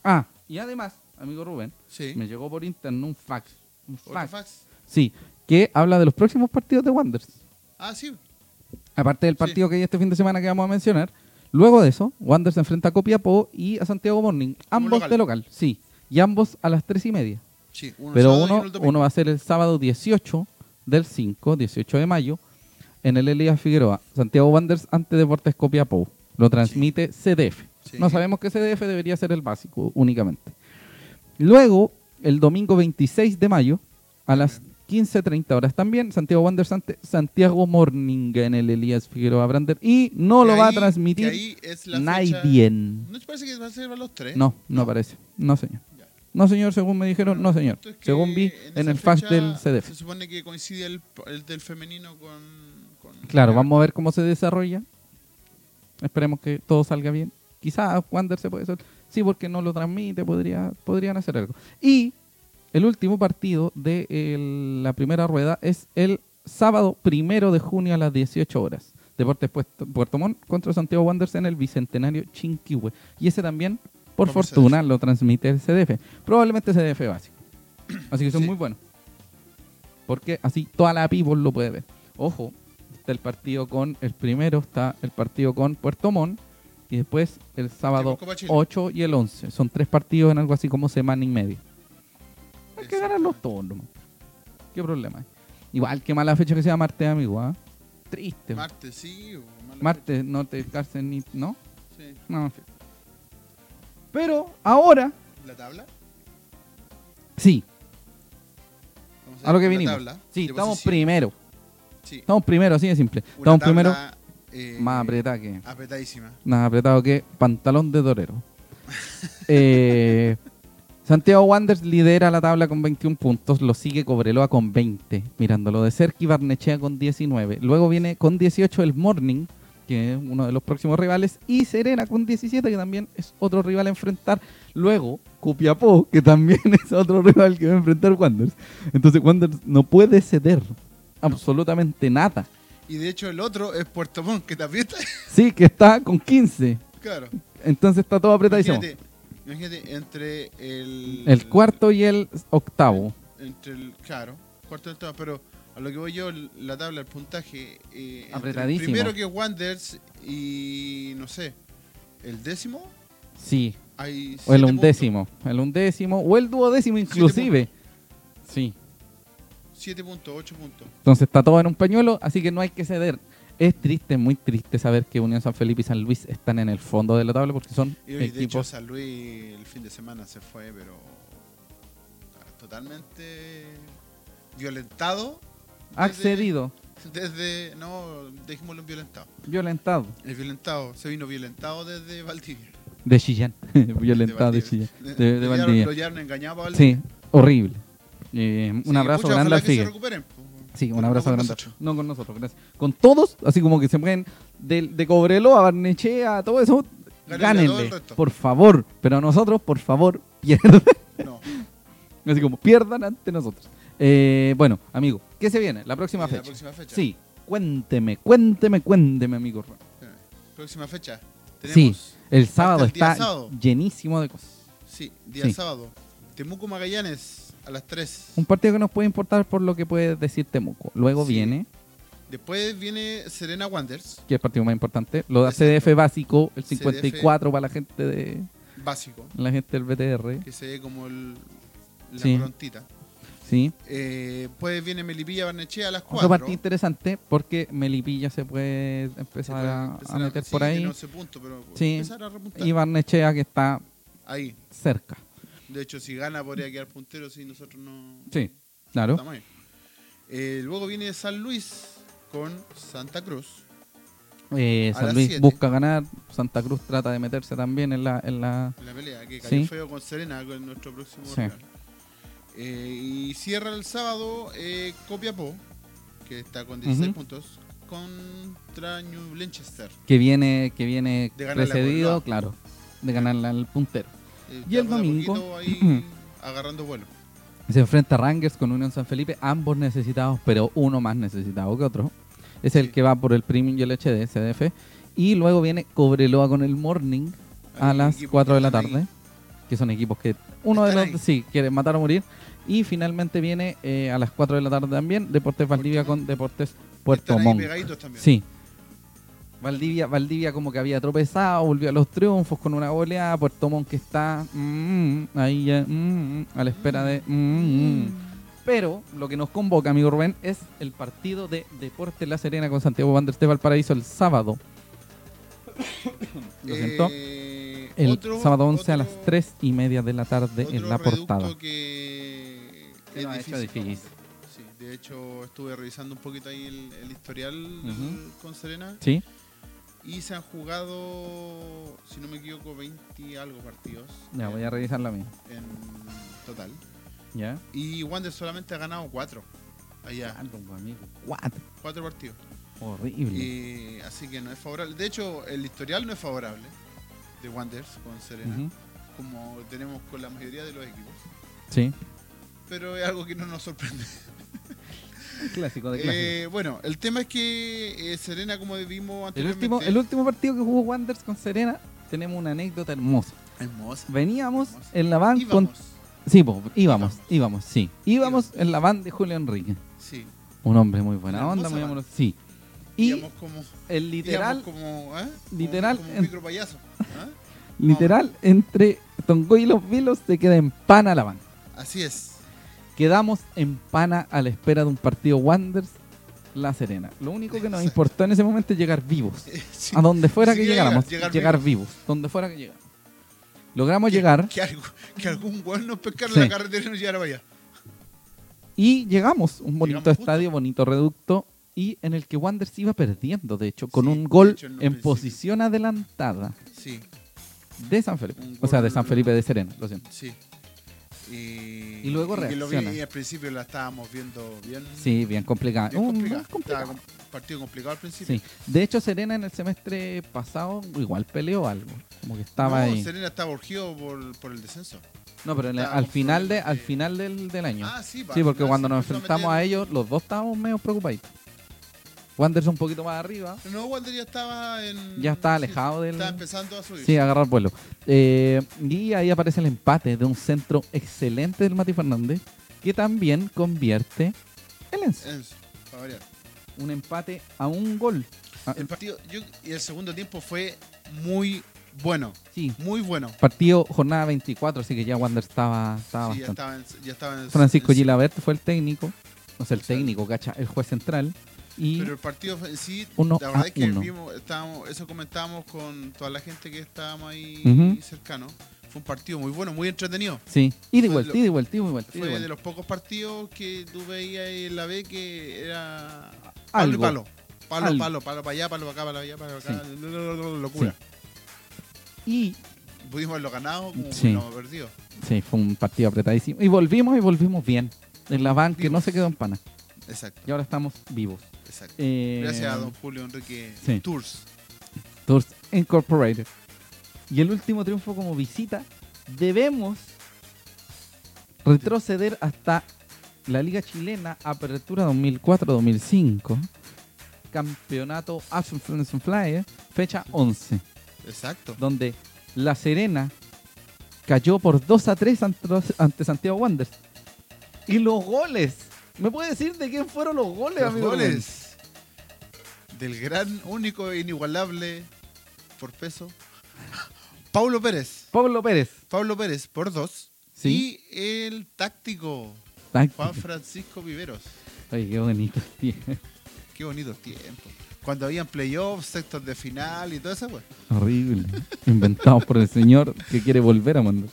Speaker 2: ah, y además, amigo Rubén,
Speaker 1: sí.
Speaker 2: me llegó por internet un fax. Un
Speaker 1: ¿Otro
Speaker 2: fax.
Speaker 1: fax?
Speaker 2: Sí, que habla de los próximos partidos de Wanderers.
Speaker 1: Ah, sí.
Speaker 2: Aparte del partido que hay este fin de semana que vamos a mencionar. Luego de eso, Wanderers se enfrenta a Copiapó y a Santiago Morning. Ambos
Speaker 1: local.
Speaker 2: de local, sí. Y ambos a las tres y media.
Speaker 1: Sí, uno
Speaker 2: Pero
Speaker 1: sábado y
Speaker 2: uno,
Speaker 1: el domingo.
Speaker 2: uno va a ser el sábado 18 del 5, 18 de mayo, en el Elías Figueroa, Santiago Wanderers ante Deportes Copiapó. Lo transmite CDF.
Speaker 1: Sí.
Speaker 2: No sabemos que CDF debería ser el básico únicamente. Luego, el domingo 26 de mayo, a las 15.30 horas también, Santiago Wanderers ante Santiago Morninga en el Elías Figueroa Brander. Y no
Speaker 1: Que
Speaker 2: lo va a
Speaker 1: ahí-
Speaker 2: transmitir
Speaker 1: que ahí es la fecha-
Speaker 2: nadie.
Speaker 1: ¿No te parece que va a ser para los tres?
Speaker 2: No, no parece. No, señor.
Speaker 1: Ya.
Speaker 2: No, señor, según me dijeron, no, señor.
Speaker 1: Entonces que
Speaker 2: Según vi
Speaker 1: esa
Speaker 2: en el fax
Speaker 1: fecha
Speaker 2: del
Speaker 1: Se
Speaker 2: CDF.
Speaker 1: supone que coincide el, el del femenino con. con-
Speaker 2: Claro, vamos a ver cómo se desarrolla. Esperemos que todo salga bien. Quizás Wander se puede sol- Sí, porque no lo transmite, podría, podrían hacer algo. Y el último partido de el- la primera rueda es el sábado primero de junio a las 18 horas. Deportes Puesto- Puerto Montt contra Santiago Wanderers en el Bicentenario Chinquihue. Y ese también, por
Speaker 1: Vamos,
Speaker 2: fortuna, lo transmite el CDF. Probablemente CDF básico. Así que son
Speaker 1: Sí.
Speaker 2: muy buenos. Porque así toda la people lo puede ver. Ojo, está el partido con el primero, está el partido con Puerto Montt y después el sábado
Speaker 1: Sí, Copa Chile.
Speaker 2: 8 y el 11. Son tres partidos en algo así como semana y media. Hay que
Speaker 1: Exacto.
Speaker 2: ganarlos todos, nomás. ¿Qué problema hay? Igual, qué mala fecha que sea martes, amigo, ¿ah? Triste. Martes,
Speaker 1: Martes, sí. o mala
Speaker 2: no te descansen ni... ¿No?
Speaker 1: fecha. Sí.
Speaker 2: No. Pero ahora,
Speaker 1: ¿La tabla?
Speaker 2: sí,
Speaker 1: Vamos
Speaker 2: a lo que
Speaker 1: la
Speaker 2: vinimos.
Speaker 1: tabla
Speaker 2: Sí,
Speaker 1: de
Speaker 2: estamos
Speaker 1: posición.
Speaker 2: primero.
Speaker 1: Sí.
Speaker 2: Estamos primero, así de simple.
Speaker 1: Una
Speaker 2: estamos primero
Speaker 1: tabla, eh,
Speaker 2: más apretada que...
Speaker 1: apretadísima.
Speaker 2: Nada apretado que pantalón de torero. Eh, Santiago Wanderers lidera la tabla con 21 puntos, lo sigue Cobreloa con 20, mirándolo de cerca y Barnechea con 19. Luego viene con 18 el Morning, que es uno de los próximos rivales, y Serena con 17, que también es otro rival a enfrentar. Luego Cupiapó, que también es otro rival que va a enfrentar Wanderers. Entonces Wanderers no puede ceder absolutamente nada.
Speaker 1: Y de hecho, el otro es Puerto Montt, que también está.
Speaker 2: Sí, que está con 15.
Speaker 1: claro.
Speaker 2: Entonces está todo apretadísimo.
Speaker 1: Imagínate, imagínate, entre el.
Speaker 2: El cuarto y el octavo.
Speaker 1: Entre el. Claro, cuarto y octavo, pero a lo que voy yo, el- la tabla, el puntaje. Eh, entre el
Speaker 2: Apretadísimo.
Speaker 1: primero que es Wanderers y. No sé. El décimo.
Speaker 2: Sí.
Speaker 1: Hay
Speaker 2: O el
Speaker 1: siete
Speaker 2: undécimo. El undécimo. O el duodécimo inclusive. Sí.
Speaker 1: puntos. Siete puntos, ocho puntos.
Speaker 2: Entonces está todo en un pañuelo, así que no hay que ceder. Es triste, muy triste saber que Unión San Felipe y San Luis están en el fondo de la tabla porque son
Speaker 1: Y hoy, de hecho,
Speaker 2: equipos.
Speaker 1: San Luis el fin de semana se fue, pero. Totalmente. Violentado. desde-
Speaker 2: accedido,
Speaker 1: Desde. No, dejémoslo en violentado.
Speaker 2: violentado.
Speaker 1: El violentado, se vino violentado desde Valdivia.
Speaker 2: De Chillán. violentado de,
Speaker 1: Valdivia.
Speaker 2: Chillán. De, de
Speaker 1: Lo llevaron-
Speaker 2: Valdivia.
Speaker 1: Lo llevaron engañado a Valdivia.
Speaker 2: Sí, horrible. Eh,
Speaker 1: Sí,
Speaker 2: un abrazo
Speaker 1: pucha,
Speaker 2: grande
Speaker 1: ojalá
Speaker 2: al
Speaker 1: que se
Speaker 2: Sigue.
Speaker 1: recuperen, po.
Speaker 2: Sí, un
Speaker 1: No
Speaker 2: abrazo
Speaker 1: con
Speaker 2: grande.
Speaker 1: nosotros.
Speaker 2: No con nosotros, gracias. Con todos, así como que se pueden de, de Cobrelo a Barnechea, a todo eso,
Speaker 1: Gánenle a todo el
Speaker 2: gánenle,
Speaker 1: resto.
Speaker 2: por favor. Pero a nosotros, por favor, pierdan.
Speaker 1: No,
Speaker 2: Así como, pierdan ante nosotros. Eh, bueno, amigo, ¿qué se viene? La próxima
Speaker 1: la
Speaker 2: fecha.
Speaker 1: próxima fecha.
Speaker 2: Sí, cuénteme, cuénteme, cuénteme, amigo.
Speaker 1: Espérame. Próxima fecha.
Speaker 2: Sí,
Speaker 1: Tenemos,
Speaker 2: el sábado
Speaker 1: el día
Speaker 2: está
Speaker 1: sábado.
Speaker 2: llenísimo de cosas.
Speaker 1: sí, día
Speaker 2: Sí.
Speaker 1: sábado. Temuco Magallanes a las 3.
Speaker 2: Un partido que nos puede importar por lo que puede decir Temuco. Luego
Speaker 1: Sí.
Speaker 2: viene,
Speaker 1: Después viene Serena Wanders,
Speaker 2: que es el partido más importante, lo da
Speaker 1: Exacto.
Speaker 2: CDF básico, el
Speaker 1: CDF.
Speaker 2: 54 para la gente de,
Speaker 1: básico,
Speaker 2: la gente del BTR,
Speaker 1: que se ve como el, la
Speaker 2: Sí.
Speaker 1: corontita.
Speaker 2: sí.
Speaker 1: Eh, después viene Melipilla Barnechea a las 4.
Speaker 2: Otro partido interesante porque Melipilla se puede empezar, a- a, meter por ahí.
Speaker 1: No sé punto, pero
Speaker 2: Sí.
Speaker 1: empezar a repuntar.
Speaker 2: Y Barnechea que está
Speaker 1: Ahí.
Speaker 2: cerca.
Speaker 1: De hecho, si gana podría quedar puntero si nosotros no
Speaker 2: Sí, claro.
Speaker 1: estamos ahí. Eh, luego viene San Luis con Santa Cruz.
Speaker 2: Eh,
Speaker 1: A
Speaker 2: San
Speaker 1: las
Speaker 2: Luis
Speaker 1: siete.
Speaker 2: busca ganar. Santa Cruz trata de meterse también en la... En la
Speaker 1: La pelea que cayó
Speaker 2: Sí.
Speaker 1: feo con Serena con nuestro próximo
Speaker 2: Sí.
Speaker 1: rival. Eh, y cierra el sábado eh, Copiapó, que está con 16
Speaker 2: Ujú.
Speaker 1: puntos, contra New Lanchester.
Speaker 2: que viene, que viene
Speaker 1: De ganarle a
Speaker 2: precedido,
Speaker 1: Cobreloa.
Speaker 2: claro, de ganarle al puntero.
Speaker 1: Eh,
Speaker 2: Y el
Speaker 1: estamos de a
Speaker 2: domingo-
Speaker 1: poquito ahí agarrando vuelo.
Speaker 2: Se enfrenta a Rangers con Unión San Felipe, ambos necesitados, pero uno más necesitado que otro. Es el
Speaker 1: Sí.
Speaker 2: que va por el Premium y el HD, CDF. Y luego viene Cobreloa con el Morning a
Speaker 1: Hay
Speaker 2: las
Speaker 1: equipos
Speaker 2: 4
Speaker 1: que
Speaker 2: de la
Speaker 1: están
Speaker 2: tarde. Que son equipos que uno
Speaker 1: Están
Speaker 2: de
Speaker 1: ahí.
Speaker 2: los sí quiere matar o morir. Y finalmente viene eh, a las 4 de la tarde también Deportes Valdivia
Speaker 1: Puerto
Speaker 2: con Deportes Puerto
Speaker 1: Están ahí
Speaker 2: Montt.
Speaker 1: pegaditos también.
Speaker 2: Sí. Valdivia, Valdivia como que había tropezado, volvió a los triunfos con una goleada. Puerto Montt que está mm, ahí ya, mm, a la espera de... mm, mm. Pero lo que nos convoca, amigo Rubén, es el partido de Deporte La Serena con Santiago Wanderers de Valparaíso el sábado. Lo siento.
Speaker 1: Eh,
Speaker 2: El
Speaker 1: otro-
Speaker 2: sábado 11 a
Speaker 1: otro-
Speaker 2: las 3 y media de la tarde
Speaker 1: otro
Speaker 2: en la
Speaker 1: reducto
Speaker 2: portada.
Speaker 1: que
Speaker 2: Que
Speaker 1: es
Speaker 2: lo ha hecho
Speaker 1: difícil.
Speaker 2: difícil.
Speaker 1: Sí, de hecho estuve revisando un poquito ahí el, el historial
Speaker 2: Ujú.
Speaker 1: con Serena
Speaker 2: ¿Sí?
Speaker 1: y se han jugado, si no me equivoco, 20 y algo partidos
Speaker 2: Ya,
Speaker 1: en,
Speaker 2: voy a revisar la mía.
Speaker 1: en total.
Speaker 2: ¿Ya?
Speaker 1: Y Wander solamente ha ganado 4 allá,
Speaker 2: Cuatro.
Speaker 1: 4 partidos.
Speaker 2: Horrible.
Speaker 1: Y, así que no es favorable. De hecho, el historial no es favorable de Wanderers con Serena,
Speaker 2: Ujú.
Speaker 1: como tenemos con la mayoría de los equipos.
Speaker 2: Sí.
Speaker 1: Pero es algo que no nos sorprende.
Speaker 2: Clásico de clásico.
Speaker 1: Eh, bueno, el tema es que eh, Serena, como vimos
Speaker 2: el,
Speaker 1: anteriormente,
Speaker 2: último, el último partido que jugó Wanderers con Serena, tenemos una anécdota hermosa.
Speaker 1: hermosa.
Speaker 2: Veníamos
Speaker 1: Hermosa.
Speaker 2: en la van con...
Speaker 1: Íbamos.
Speaker 2: Sí, po, íbamos,
Speaker 1: Íbamos.
Speaker 2: íbamos, sí. Íbamos en la van de Julio Enrique.
Speaker 1: Sí.
Speaker 2: Un hombre muy buena
Speaker 1: Una
Speaker 2: onda,
Speaker 1: hermosa
Speaker 2: muy
Speaker 1: van.
Speaker 2: amoroso. Sí. Y
Speaker 1: íbamos como,
Speaker 2: el literal...
Speaker 1: íbamos como, ¿eh? Como-
Speaker 2: literal,
Speaker 1: como,
Speaker 2: en-
Speaker 1: un micro payaso. ¿eh?
Speaker 2: Literal, entre Tongoy y los Vilos se queda en pana la van.
Speaker 1: Así es.
Speaker 2: Quedamos en pana a la espera de un partido Wanderers La Serena. Lo único que nos
Speaker 1: Exacto.
Speaker 2: importó en ese momento es llegar vivos.
Speaker 1: Sí.
Speaker 2: A donde fuera que
Speaker 1: Sí, llegar,
Speaker 2: llegáramos, llegar,
Speaker 1: llegar
Speaker 2: vivos. Donde fuera que llegáramos. Logramos
Speaker 1: Que-
Speaker 2: llegar
Speaker 1: Que, algu- que algún weón nos pescara
Speaker 2: Sí.
Speaker 1: la carretera y nos llegara para allá.
Speaker 2: y llegamos. Un bonito
Speaker 1: Llegamos justo.
Speaker 2: estadio, bonito reducto. Y en el que Wanderers iba perdiendo, de hecho, con
Speaker 1: Sí,
Speaker 2: un
Speaker 1: de
Speaker 2: gol
Speaker 1: hecho, en
Speaker 2: en
Speaker 1: un principio.
Speaker 2: posición adelantada
Speaker 1: Sí,
Speaker 2: de San Felipe.
Speaker 1: Un
Speaker 2: O sea, de
Speaker 1: gol-
Speaker 2: San Felipe de Serena, lo siento.
Speaker 1: sí. Y,
Speaker 2: Y luego
Speaker 1: que lo vi
Speaker 2: reacciona.
Speaker 1: y al principio la estábamos viendo bien.
Speaker 2: Sí, bien complicado.
Speaker 1: bien
Speaker 2: Un-
Speaker 1: complicada.
Speaker 2: un complicado.
Speaker 1: Estaba com- partido complicado al principio.
Speaker 2: Sí. De hecho, Serena en el semestre pasado igual peleó algo. Como que estaba
Speaker 1: no,
Speaker 2: ahí.
Speaker 1: Serena estaba urgido por, por el descenso.
Speaker 2: No, pero en la-
Speaker 1: estaba
Speaker 2: al
Speaker 1: con
Speaker 2: final de,
Speaker 1: problemas
Speaker 2: al
Speaker 1: de-
Speaker 2: final del, del año.
Speaker 1: Ah, sí, pa,
Speaker 2: sí,
Speaker 1: al
Speaker 2: porque
Speaker 1: final
Speaker 2: cuando
Speaker 1: se
Speaker 2: nos
Speaker 1: empezó
Speaker 2: enfrentamos
Speaker 1: meter-
Speaker 2: a ellos, los dos estábamos medio preocupaditos. Wander un poquito más arriba.
Speaker 1: No, Wander ya estaba en.
Speaker 2: Ya estaba
Speaker 1: sí,
Speaker 2: alejado del-
Speaker 1: Estaba empezando a subir.
Speaker 2: Sí, agarrar vuelo. Eh, y ahí aparece el empate de un centro excelente del Mati Fernández, que también convierte el Enzo.
Speaker 1: Enzo, para variar.
Speaker 2: Un empate a un gol. Ah,
Speaker 1: El partido. yo- y el segundo tiempo fue muy bueno.
Speaker 2: sí.
Speaker 1: Muy bueno.
Speaker 2: Partido jornada 24, así que ya Wander estaba, estaba
Speaker 1: Sí, ya
Speaker 2: Ah, bastante.
Speaker 1: estaba en- ya estaba en-
Speaker 2: Francisco
Speaker 1: en-
Speaker 2: Gilabert fue el técnico, no sé, el
Speaker 1: Sí.
Speaker 2: técnico, cacha, el juez central. Y
Speaker 1: Pero el partido en sí,
Speaker 2: Uno
Speaker 1: la verdad
Speaker 2: a
Speaker 1: es que
Speaker 2: uno.
Speaker 1: vimos, estábamos, eso comentábamos con toda la gente que estábamos ahí
Speaker 2: Ujú.
Speaker 1: cercano. Fue un partido muy bueno, muy entretenido.
Speaker 2: sí, y de
Speaker 1: fue
Speaker 2: vuelta,
Speaker 1: lo-
Speaker 2: y de vuelta, y de vuelta. y de
Speaker 1: Fue de
Speaker 2: vuelta.
Speaker 1: los pocos partidos que tú veías ahí en la B que era palo y
Speaker 2: Algo.
Speaker 1: palo. Palo,
Speaker 2: Algo.
Speaker 1: palo, palo para allá, palo para acá, palo para allá, palo para acá. Locura.
Speaker 2: Y
Speaker 1: Pudimos haberlo ganado como
Speaker 2: Sí.
Speaker 1: lo hemos perdido.
Speaker 2: sí, fue un partido apretadísimo. Y volvimos y volvimos bien. En la banca que no
Speaker 1: Vivos.
Speaker 2: se quedó en pana.
Speaker 1: Exacto,
Speaker 2: Y ahora estamos vivos.
Speaker 1: exacto.
Speaker 2: Eh,
Speaker 1: Gracias a don Julio Enrique
Speaker 2: sí.
Speaker 1: Tours.
Speaker 2: Tours Incorporated. Y el último triunfo como visita, debemos retroceder hasta la Liga Chilena Apertura 2004-2005, Campeonato Action Friends and Flyer, fecha 11,
Speaker 1: Exacto.
Speaker 2: donde La Serena cayó por 2 a 3 ante, ante Santiago Wanderers. Y los goles, ¿me puede decir de quién fueron los goles,
Speaker 1: Los
Speaker 2: amigo Rubén?
Speaker 1: goles del gran, único e inigualable por peso, Paulo Pérez.
Speaker 2: Pablo Pérez.
Speaker 1: Pablo Pérez por dos.
Speaker 2: Sí.
Speaker 1: Y el táctico, Juan Francisco Viveros.
Speaker 2: Ay, qué bonito.
Speaker 1: Qué bonitos tiempos. Cuando habían playoffs, sextos de final y todo eso, pues.
Speaker 2: Horrible. Inventado por el señor que quiere volver a mandar.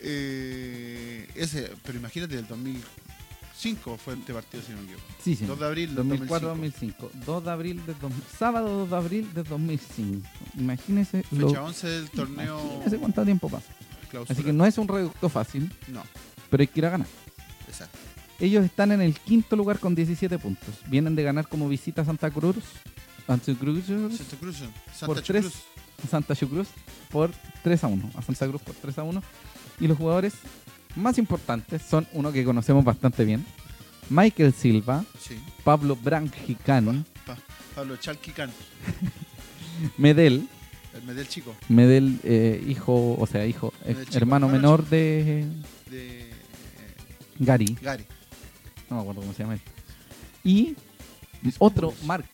Speaker 1: Eh, ese, pero imagínate, el 2005 fue este partido, si no me equivoco.
Speaker 2: Sí, sí.
Speaker 1: 2 de abril, 2004,
Speaker 2: 2004-2005. 2 de abril de 2000. Sábado 2 de abril de 2005. Imagínese lo.
Speaker 1: Fecha 11 del torneo
Speaker 2: Imagínese cuánto tiempo pasa.
Speaker 1: clausura.
Speaker 2: Así que no es un reducto fácil,
Speaker 1: No,
Speaker 2: pero hay que ir a ganar.
Speaker 1: exacto.
Speaker 2: Ellos están en el quinto lugar con 17 puntos. Vienen de ganar como visita a Santa Cruz. Santa Cruz.
Speaker 1: Santa Cruz, Santa
Speaker 2: Por tres.
Speaker 1: Cruz.
Speaker 2: Santa Cruz por 3 a 1. A Santa Cruz por 3 a 1. Y los jugadores más importantes son uno que conocemos bastante bien. Michael Silva,
Speaker 1: Sí.
Speaker 2: Pablo Branjicano,
Speaker 1: Pa- Pablo Chalquicán,
Speaker 2: Medel,
Speaker 1: el Medel chico
Speaker 2: Medel eh, hijo, o sea, hijo, eh,
Speaker 1: Medel chico,
Speaker 2: hermano
Speaker 1: hermano
Speaker 2: menor de
Speaker 1: de eh,
Speaker 2: Gary,
Speaker 1: Gary.
Speaker 2: no me acuerdo cómo se llama él. Y otro, Mark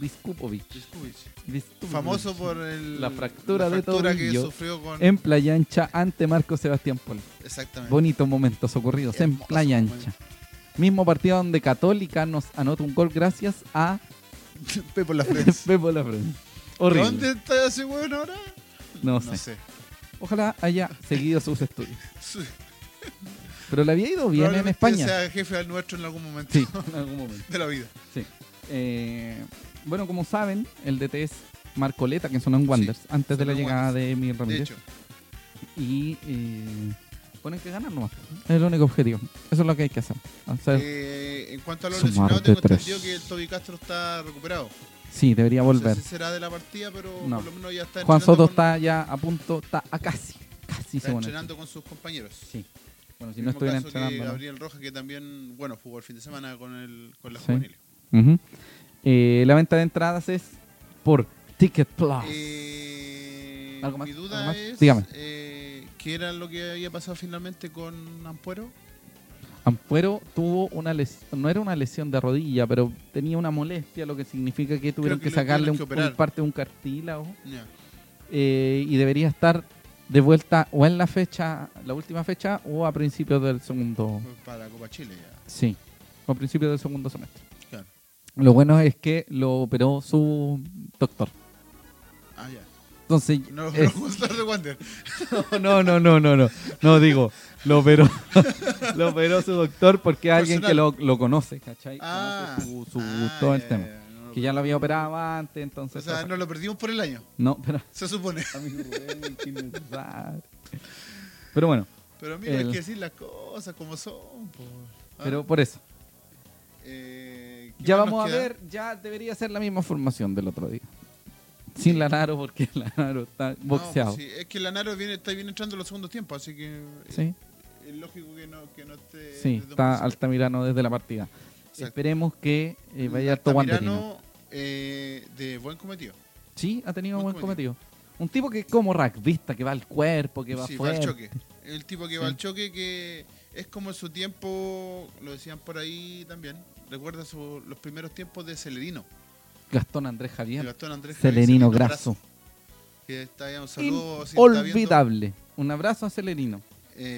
Speaker 2: Viskupovic,
Speaker 1: Discovic.
Speaker 2: Viskupovic,
Speaker 1: Famoso por el-
Speaker 2: La fractura de
Speaker 1: que
Speaker 2: tobillo Em,
Speaker 1: sufrió con.
Speaker 2: en playa ancha ante Marco Sebastián Pol.
Speaker 1: Exactamente.
Speaker 2: Bonitos momentos ocurridos en
Speaker 1: Hermoso
Speaker 2: playa
Speaker 1: momento.
Speaker 2: ancha. Mismo partido donde Católica nos anota un gol gracias a
Speaker 1: Pepo la Friends.
Speaker 2: Pepo La Friends. Horrible.
Speaker 1: ¿Dónde está ese weón ahora?
Speaker 2: No sé. Ojalá haya seguido sus estudios.
Speaker 1: Su-
Speaker 2: Pero le había ido bien en
Speaker 1: probablemente
Speaker 2: España.
Speaker 1: sea jefe al nuestro en algún momento
Speaker 2: Sí, en algún momento.
Speaker 1: de la vida.
Speaker 2: Sí. Eh, bueno, como saben, el DT es Marcoleta, que sonó en Wanderers, antes de
Speaker 1: sonó
Speaker 2: la
Speaker 1: en
Speaker 2: llegada de Emil
Speaker 1: De
Speaker 2: Ramírez.
Speaker 1: hecho,
Speaker 2: y eh, ponen que ganar nomás. Es el único objetivo. Eso es lo que hay que hacer. O sea,
Speaker 1: eh, en cuanto a los
Speaker 2: Sumar
Speaker 1: lesionados, tengo
Speaker 2: de tres.
Speaker 1: entendido que el Toby Castro está recuperado.
Speaker 2: sí, debería
Speaker 1: No
Speaker 2: volver.
Speaker 1: sé si será de la partida, pero
Speaker 2: No.
Speaker 1: por lo menos ya está
Speaker 2: Juan
Speaker 1: entrenando
Speaker 2: Soto
Speaker 1: con-
Speaker 2: está ya a punto, está a casi, casi
Speaker 1: está
Speaker 2: se pone.
Speaker 1: entrenando con sus compañeros.
Speaker 2: Sí. Bueno, si
Speaker 1: El
Speaker 2: no
Speaker 1: mismo
Speaker 2: estuvieran
Speaker 1: caso que
Speaker 2: entrenando. ¿no?
Speaker 1: Gabriel Rojas, que también, bueno, jugó el fin de semana con, el, con las
Speaker 2: Sí.
Speaker 1: juveniles.
Speaker 2: Ujú. Eh, la venta de entradas es por Ticket Plus.
Speaker 1: Eh,
Speaker 2: Ah. ¿Algo más?
Speaker 1: Mi
Speaker 2: ¿Algo
Speaker 1: duda
Speaker 2: más?
Speaker 1: es
Speaker 2: Dígame.
Speaker 1: eh, qué era lo que había pasado finalmente con Ampuero.
Speaker 2: Ampuero tuvo una lesión, no era una lesión de rodilla, pero tenía una molestia, lo que significa que tuvieron
Speaker 1: que
Speaker 2: que,
Speaker 1: lo
Speaker 2: sacarle
Speaker 1: tuvieron
Speaker 2: un,
Speaker 1: que operar.
Speaker 2: un parte de un cartílago
Speaker 1: Ya.
Speaker 2: eh, y debería estar de vuelta o en la fecha, la última fecha o a principios del segundo,
Speaker 1: Fue Para la Copa Chile ya.
Speaker 2: sí, o a principios del segundo semestre.
Speaker 1: Claro.
Speaker 2: Lo bueno es que lo operó su doctor.
Speaker 1: Ah, ya.
Speaker 2: Entonces,
Speaker 1: No,
Speaker 2: es-
Speaker 1: no, Star de Wander.
Speaker 2: no, no, no, no, no, no digo, lo operó, lo operó su doctor porque es alguien que lo, lo conoce, ¿cachai?
Speaker 1: Ah,
Speaker 2: Conoce su, su-
Speaker 1: ah,
Speaker 2: todo el
Speaker 1: ya,
Speaker 2: tema.
Speaker 1: ya, ya, no lo
Speaker 2: Que ya lo había operado antes, entonces.
Speaker 1: O sea,
Speaker 2: pasa-
Speaker 1: nos lo perdimos por el año,
Speaker 2: no, pero.
Speaker 1: se supone.
Speaker 2: pero bueno,
Speaker 1: Pero mira, hay
Speaker 2: El-
Speaker 1: que decir las cosas como son. po. Ah,
Speaker 2: pero por eso.
Speaker 1: eh, ¿qué
Speaker 2: Ya
Speaker 1: más
Speaker 2: vamos a
Speaker 1: nos queda?
Speaker 2: ver, ya debería ser la misma formación del otro día. Sin Lanaro, porque Lanaro está
Speaker 1: No,
Speaker 2: boxeado.
Speaker 1: pues sí, es que Lanaro viene, está bien entrando en los segundos tiempos, así que eh,
Speaker 2: sí,
Speaker 1: es lógico que no, que no esté.
Speaker 2: sí,
Speaker 1: desde un
Speaker 2: está
Speaker 1: principio.
Speaker 2: Altamirano desde la partida.
Speaker 1: Exacto. Mm,
Speaker 2: Esperemos que eh, vaya harto
Speaker 1: Altamirano,
Speaker 2: Wanderino.
Speaker 1: eh, de buen cometido.
Speaker 2: Sí, ha tenido
Speaker 1: Buen
Speaker 2: buen cometido. Un tipo que es como rugbyista, que va al cuerpo, que va
Speaker 1: Sí, va
Speaker 2: fuerte.
Speaker 1: al choque. El tipo que va
Speaker 2: Sí.
Speaker 1: al choque, que es como en su tiempo, lo decían por ahí también. Recuerda su- los primeros tiempos de Celerino,
Speaker 2: Gastón Andrés
Speaker 1: de
Speaker 2: Javier.
Speaker 1: Gastón Andrés Javier
Speaker 2: Celerino
Speaker 1: Celerino
Speaker 2: Grasso.
Speaker 1: Que está ahí, un saludo. si está viendo.
Speaker 2: Inolvidable. Un abrazo a Celerino.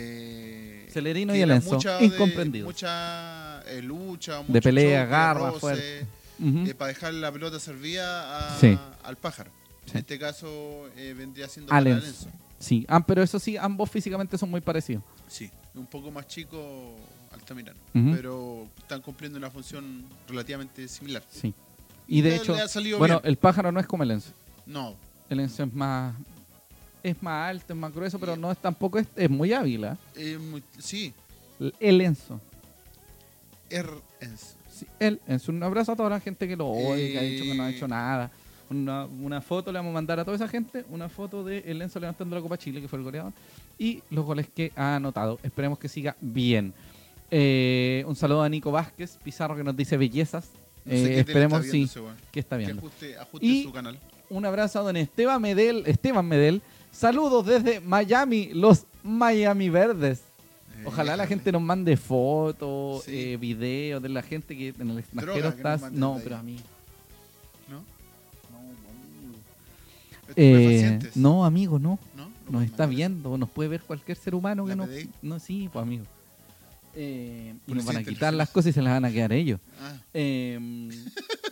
Speaker 1: Eh,
Speaker 2: Celerino
Speaker 1: que
Speaker 2: y el
Speaker 1: era
Speaker 2: Enzo,
Speaker 1: mucha de-
Speaker 2: incomprendidos.
Speaker 1: mucha eh, lucha, mucho
Speaker 2: De pelea,
Speaker 1: choque,
Speaker 2: garra,
Speaker 1: roce,
Speaker 2: fuerza. Ujú.
Speaker 1: eh, para dejar la pelota servida a-
Speaker 2: Sí.
Speaker 1: al pájaro.
Speaker 2: Sí.
Speaker 1: En este caso eh, vendría siendo
Speaker 2: Al
Speaker 1: para el
Speaker 2: Enzo.
Speaker 1: Enzo.
Speaker 2: Sí, ah, pero eso sí, ambos físicamente son muy parecidos.
Speaker 1: Sí, un poco más chico Altamirano,
Speaker 2: Ujú.
Speaker 1: pero están cumpliendo una función relativamente similar.
Speaker 2: Sí. Y de
Speaker 1: Le-
Speaker 2: hecho,
Speaker 1: le ha salido
Speaker 2: bueno,
Speaker 1: bien.
Speaker 2: el pájaro no es como el Enzo.
Speaker 1: No,
Speaker 2: El Enzo es más es más alto, es más grueso, pero no es tampoco es, es muy hábil. ¿ah?
Speaker 1: eh, mu- sí,
Speaker 2: El- El Enzo.
Speaker 1: er, es-
Speaker 2: Sí, él, Enzo, un abrazo a toda la gente que lo odia, que ha dicho que no ha
Speaker 1: Eh.
Speaker 2: hecho nada. Una, una foto le vamos a mandar a toda esa gente, una foto de el Enzo levantando la Copa Chile, que fue el goleador, y los goles que ha anotado. Esperemos que siga bien. Eh, un saludo a Nico Vázquez, Pizarro, que nos dice bellezas.
Speaker 1: no sé
Speaker 2: Eh,
Speaker 1: qué tele
Speaker 2: esperemos
Speaker 1: está viendo
Speaker 2: sí,
Speaker 1: ese weón.
Speaker 2: que está
Speaker 1: Que
Speaker 2: viendo.
Speaker 1: ajuste, ajuste
Speaker 2: Y-
Speaker 1: su canal.
Speaker 2: Un abrazo a don Esteban Medel, Esteban Medel. Saludos desde Miami, los Miami Verdes.
Speaker 1: Eh,
Speaker 2: Ojalá la
Speaker 1: déjale.
Speaker 2: gente nos mande fotos,
Speaker 1: Sí.
Speaker 2: eh, videos de la gente que en el extranjero
Speaker 1: Droga, que nos
Speaker 2: estás.
Speaker 1: manden
Speaker 2: No,
Speaker 1: de
Speaker 2: pero
Speaker 1: allá.
Speaker 2: a mí.
Speaker 1: ¿No?
Speaker 2: Eh,
Speaker 1: Estupefacientes,
Speaker 2: no, amigo, no.
Speaker 1: ¿no? No
Speaker 2: Nos
Speaker 1: pueden
Speaker 2: está
Speaker 1: mandar.
Speaker 2: viendo, nos puede ver cualquier ser humano que
Speaker 1: La
Speaker 2: no.
Speaker 1: PDI.
Speaker 2: No, sí, pues amigo. Eh, y nos
Speaker 1: Policía
Speaker 2: van a quitar
Speaker 1: inteligente.
Speaker 2: las cosas y se las van a quedar ellos.
Speaker 1: Ah,
Speaker 2: Eh,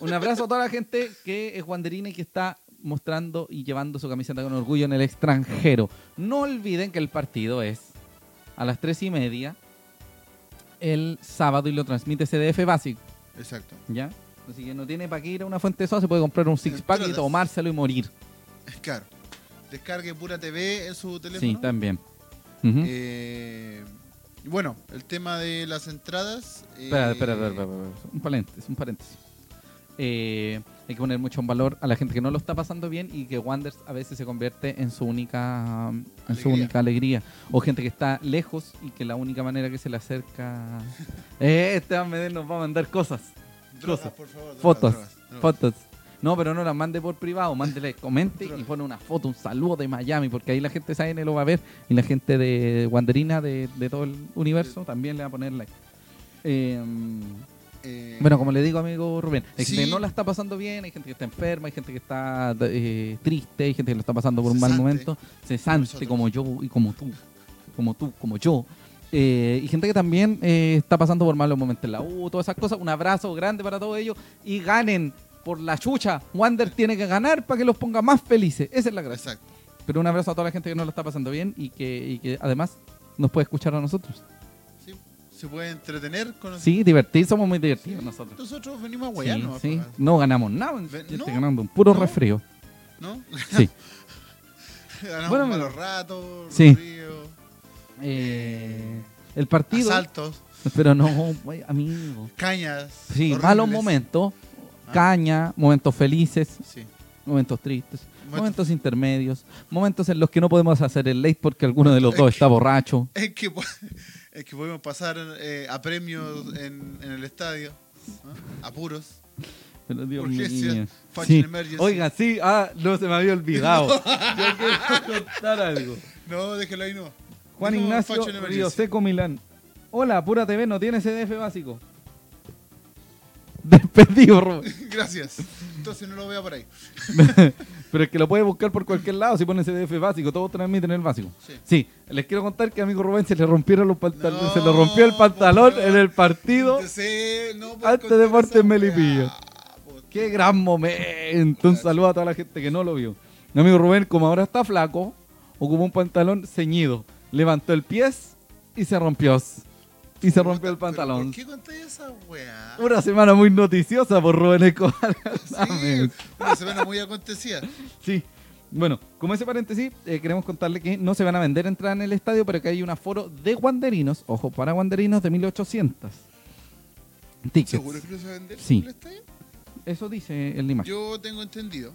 Speaker 2: un abrazo a toda la gente que es guanderina y que está mostrando y llevando su camiseta con orgullo en el extranjero. No olviden que el partido es a las tres y media el sábado y lo transmite CDF Básico,
Speaker 1: exacto.
Speaker 2: ¿ya? Así que no tiene para qué ir a una fuente de soda, se puede comprar un
Speaker 1: Eh,
Speaker 2: six pack y
Speaker 1: Entradas.
Speaker 2: tomárselo y morir.
Speaker 1: Claro. Descargue pura TV en su teléfono.
Speaker 2: Sí, también. Ujú.
Speaker 1: Eh, y bueno, el tema de las entradas. eh,
Speaker 2: Espera, espera, espera, espera, espera, espera. Un paréntesis, un paréntesis. Eh, hay que poner mucho en valor a la gente que no lo está pasando bien y que Wanders a veces se convierte en su única en su
Speaker 1: Alegría.
Speaker 2: única alegría. O gente que está lejos y que la única manera que se le acerca. eh, Esteban Medel nos va a mandar cosas,
Speaker 1: eh, drogas,
Speaker 2: cosas.
Speaker 1: por favor, drogas,
Speaker 2: fotos,
Speaker 1: drogas, drogas.
Speaker 2: fotos. No, pero no las mande por privado, mándele, comente y
Speaker 1: Drogas.
Speaker 2: pone una foto, un saludo de Miami, porque ahí la gente de SAN lo va a ver y la gente de Wanderina de, de todo el universo también le va a poner like. Eh,
Speaker 1: Eh,
Speaker 2: bueno, como le digo, amigo Rubén, hay gente
Speaker 1: Sí.
Speaker 2: que no la está pasando bien, hay gente que está enferma, hay gente que está eh, triste, hay gente que lo está pasando por un mal
Speaker 1: Cesante.
Speaker 2: momento, cesante
Speaker 1: Nosotros.
Speaker 2: como yo y como tú, como tú, como yo. eh, y gente que también eh, está pasando por malos momentos en la U, todas esas cosas. Un abrazo grande para todos ellos y ganen por la chucha. Wander tiene que ganar para que los ponga más felices. Esa es la gracia.
Speaker 1: Exacto.
Speaker 2: Pero un abrazo a toda la gente que nos lo está pasando bien y que, y que además nos puede escuchar a nosotros.
Speaker 1: Sí, se puede entretener con
Speaker 2: Sí, divertir, somos muy divertidos nosotros.
Speaker 1: Nosotros venimos a
Speaker 2: Sí,
Speaker 1: guayarnos.
Speaker 2: sí.
Speaker 1: ¿no?
Speaker 2: No ganamos nada.
Speaker 1: Ve-
Speaker 2: Yo estoy
Speaker 1: no,
Speaker 2: ganando un puro
Speaker 1: no.
Speaker 2: resfrío.
Speaker 1: pues, ¿No?
Speaker 2: Sí.
Speaker 1: Ganamos
Speaker 2: Bueno,
Speaker 1: malos ratos,
Speaker 2: sí.
Speaker 1: ríos,
Speaker 2: Eh, el partido.
Speaker 1: asaltos,
Speaker 2: Pero no, güey, amigo.
Speaker 1: cañas.
Speaker 2: Sí,
Speaker 1: horribles.
Speaker 2: malos momentos.
Speaker 1: Ah.
Speaker 2: Caña, momentos felices,
Speaker 1: Sí.
Speaker 2: momentos tristes,
Speaker 1: Momentos-
Speaker 2: momentos intermedios, momentos en los que no podemos hacer el late porque alguno de los dos está borracho.
Speaker 1: Es que, po- es que podemos pasar eh, a premios en, en el estadio, ¿no? apuros.
Speaker 2: Pero Dios mío.
Speaker 1: Urgencia, fashion
Speaker 2: Sí.
Speaker 1: emergency.
Speaker 2: Oiga, sí, ah, no se me había olvidado. Yo quiero contar algo.
Speaker 1: No, déjelo ahí no.
Speaker 2: Juan
Speaker 1: No,
Speaker 2: Ignacio
Speaker 1: fashion emergency.
Speaker 2: Río Seco Milán. Hola, Pura TV no tiene CDF básico. Despedido, Rubén.
Speaker 1: Gracias. Entonces no lo veo por ahí.
Speaker 2: Pero es que lo puedes buscar por cualquier lado si pones CDF básico, todos transmiten el básico.
Speaker 1: Sí.
Speaker 2: Sí, les quiero contar que a amigo Rubén se le rompieron los panta-
Speaker 1: No,
Speaker 2: se le rompió el pantalón
Speaker 1: por Dios.
Speaker 2: en el partido.
Speaker 1: Entonces, no puedo
Speaker 2: antes
Speaker 1: contar
Speaker 2: de Marte
Speaker 1: esa
Speaker 2: en Melipilla.
Speaker 1: weá, po.
Speaker 2: Qué gran momento. Un saludo a toda la gente que no lo vio. Mi amigo Rubén, como ahora está flaco, ocupó un pantalón ceñido, levantó el pie y se rompió. Y se rompió el
Speaker 1: Puta, pero
Speaker 2: pantalón.
Speaker 1: ¿Por qué conté esa weá?
Speaker 2: Una semana muy noticiosa por Rubén Escobar.
Speaker 1: Sí, una semana muy acontecida.
Speaker 2: Sí. Bueno, como ese paréntesis, eh, queremos contarle que no se van a vender entradas en el estadio, pero que hay un aforo de guanderinos, ojo, para guanderinos de 1800. Tickets.
Speaker 1: ¿Seguro que lo se va a vender?
Speaker 2: Sí.
Speaker 1: el estadio?
Speaker 2: Eso dice el Lima.
Speaker 1: Yo tengo entendido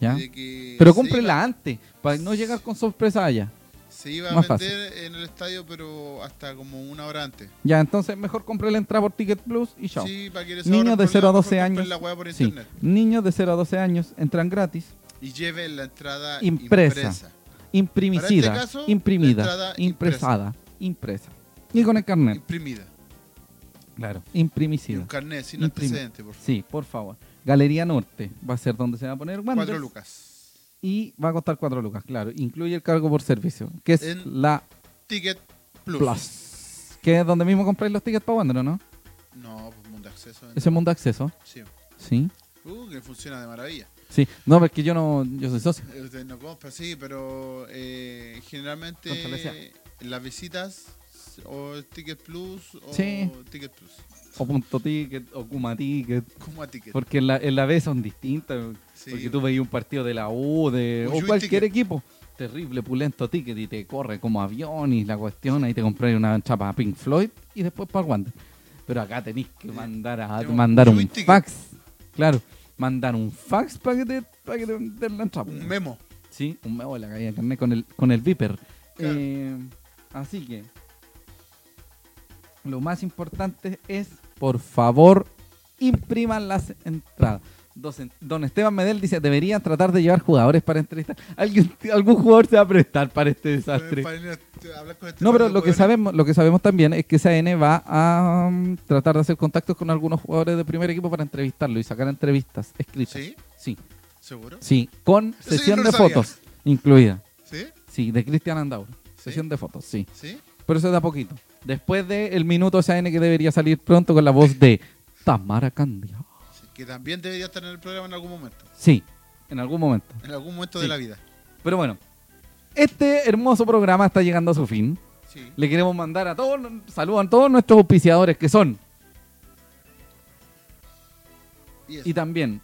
Speaker 2: ¿ya?
Speaker 1: de que
Speaker 2: Pero
Speaker 1: se
Speaker 2: cómprela
Speaker 1: iba-
Speaker 2: antes, para no llegar con sorpresa allá.
Speaker 1: Se iba a
Speaker 2: Más
Speaker 1: vender en el estadio, pero hasta como una hora antes.
Speaker 2: Ya, entonces mejor compre la entrada por Ticket Plus y chao.
Speaker 1: Sí, para que les
Speaker 2: Niños
Speaker 1: ahorren
Speaker 2: de 0 a
Speaker 1: problemas,
Speaker 2: 12
Speaker 1: mejor
Speaker 2: años.
Speaker 1: compren la weá por
Speaker 2: Sí.
Speaker 1: internet.
Speaker 2: Niños de 0 a 12 años entran gratis,
Speaker 1: Y lleven la entrada
Speaker 2: Impresa.
Speaker 1: impresa.
Speaker 2: imprimicida,
Speaker 1: Para este caso, la
Speaker 2: imprimida,
Speaker 1: entrada
Speaker 2: impresada, impresa. Y con el carnet.
Speaker 1: Imprimida.
Speaker 2: Claro.
Speaker 1: Y
Speaker 2: Imprimicida.
Speaker 1: un carnet sin
Speaker 2: Imprime.
Speaker 1: antecedente, por favor.
Speaker 2: Sí, por favor. Galería Norte va a ser donde se va a poner Wander.
Speaker 1: Cuatro lucas.
Speaker 2: Y va a costar cuatro lucas, claro. Incluye el cargo por servicio, que es
Speaker 1: En-
Speaker 2: la
Speaker 1: Ticket Plus.
Speaker 2: Plus. Que es donde mismo compráis los tickets para Wander, ¿o ¿no?
Speaker 1: No, pues mundo de acceso.
Speaker 2: Ese mundo de acceso.
Speaker 1: Sí.
Speaker 2: Sí.
Speaker 1: Uh, que funciona de maravilla.
Speaker 2: Sí. No, porque yo no yo soy socio.
Speaker 1: Eh, Ustedes no compran, sí, pero eh,
Speaker 2: Fortalecía.
Speaker 1: generalmente las visitas o Ticket Plus o
Speaker 2: Sí.
Speaker 1: Ticket Plus.
Speaker 2: O punto ticket, o Kuma ticket.
Speaker 1: Como a Ticket.
Speaker 2: Porque en la, en la B son distintas.
Speaker 1: Sí.
Speaker 2: Porque tú veías un partido de la U, de,
Speaker 1: Uyuy
Speaker 2: o cualquier
Speaker 1: ticket.
Speaker 2: equipo. Terrible, pulento ticket y te corre como avión y la cuestión. Ahí te compras una chapa Pink Floyd y después para el Wander. Pero acá tenéis que mandar, a,
Speaker 1: Tenemos
Speaker 2: mandar
Speaker 1: Uyuy
Speaker 2: un
Speaker 1: ticket.
Speaker 2: fax. Claro, mandar un fax para que te, para que te den la chapa.
Speaker 1: Un memo.
Speaker 2: Sí, un memo de la calle de carne con el, con el Viper.
Speaker 1: Claro.
Speaker 2: Eh, así que lo más importante es, por favor, impriman las entradas. Dos en- Don Esteban Medel dice, deberían tratar de llevar jugadores para entrevistar. ¿Alguien, algún jugador se va a prestar para este desastre.
Speaker 1: Para ir a- a hablar con este
Speaker 2: No, pero
Speaker 1: bando
Speaker 2: lo que
Speaker 1: de
Speaker 2: sabemos, lo que sabemos también es que CAN va a um, tratar de hacer contactos con algunos jugadores de primer equipo para entrevistarlo y sacar entrevistas
Speaker 1: hueones.
Speaker 2: escritas.
Speaker 1: ¿Sí?
Speaker 2: Sí,
Speaker 1: ¿Seguro?
Speaker 2: sí, con
Speaker 1: Eso yo
Speaker 2: sesión
Speaker 1: no
Speaker 2: de
Speaker 1: lo sabía.
Speaker 2: fotos incluida.
Speaker 1: ¿Sí?
Speaker 2: Sí, de Cristian Andaur. Sesión
Speaker 1: ¿Sí?
Speaker 2: de fotos, sí.
Speaker 1: ¿Sí?
Speaker 2: Pero eso da poquito. Después del minuto CN que debería salir pronto con la voz de Tamara Candia.
Speaker 1: Sí, Que también debería estar en el programa en algún momento.
Speaker 2: Sí, en algún momento.
Speaker 1: En algún momento
Speaker 2: Sí.
Speaker 1: de la vida.
Speaker 2: Pero bueno, este hermoso programa está llegando a su fin.
Speaker 1: Sí.
Speaker 2: Le queremos mandar a todos, saludos a todos nuestros auspiciadores que son.
Speaker 1: Y eso.
Speaker 2: Y también,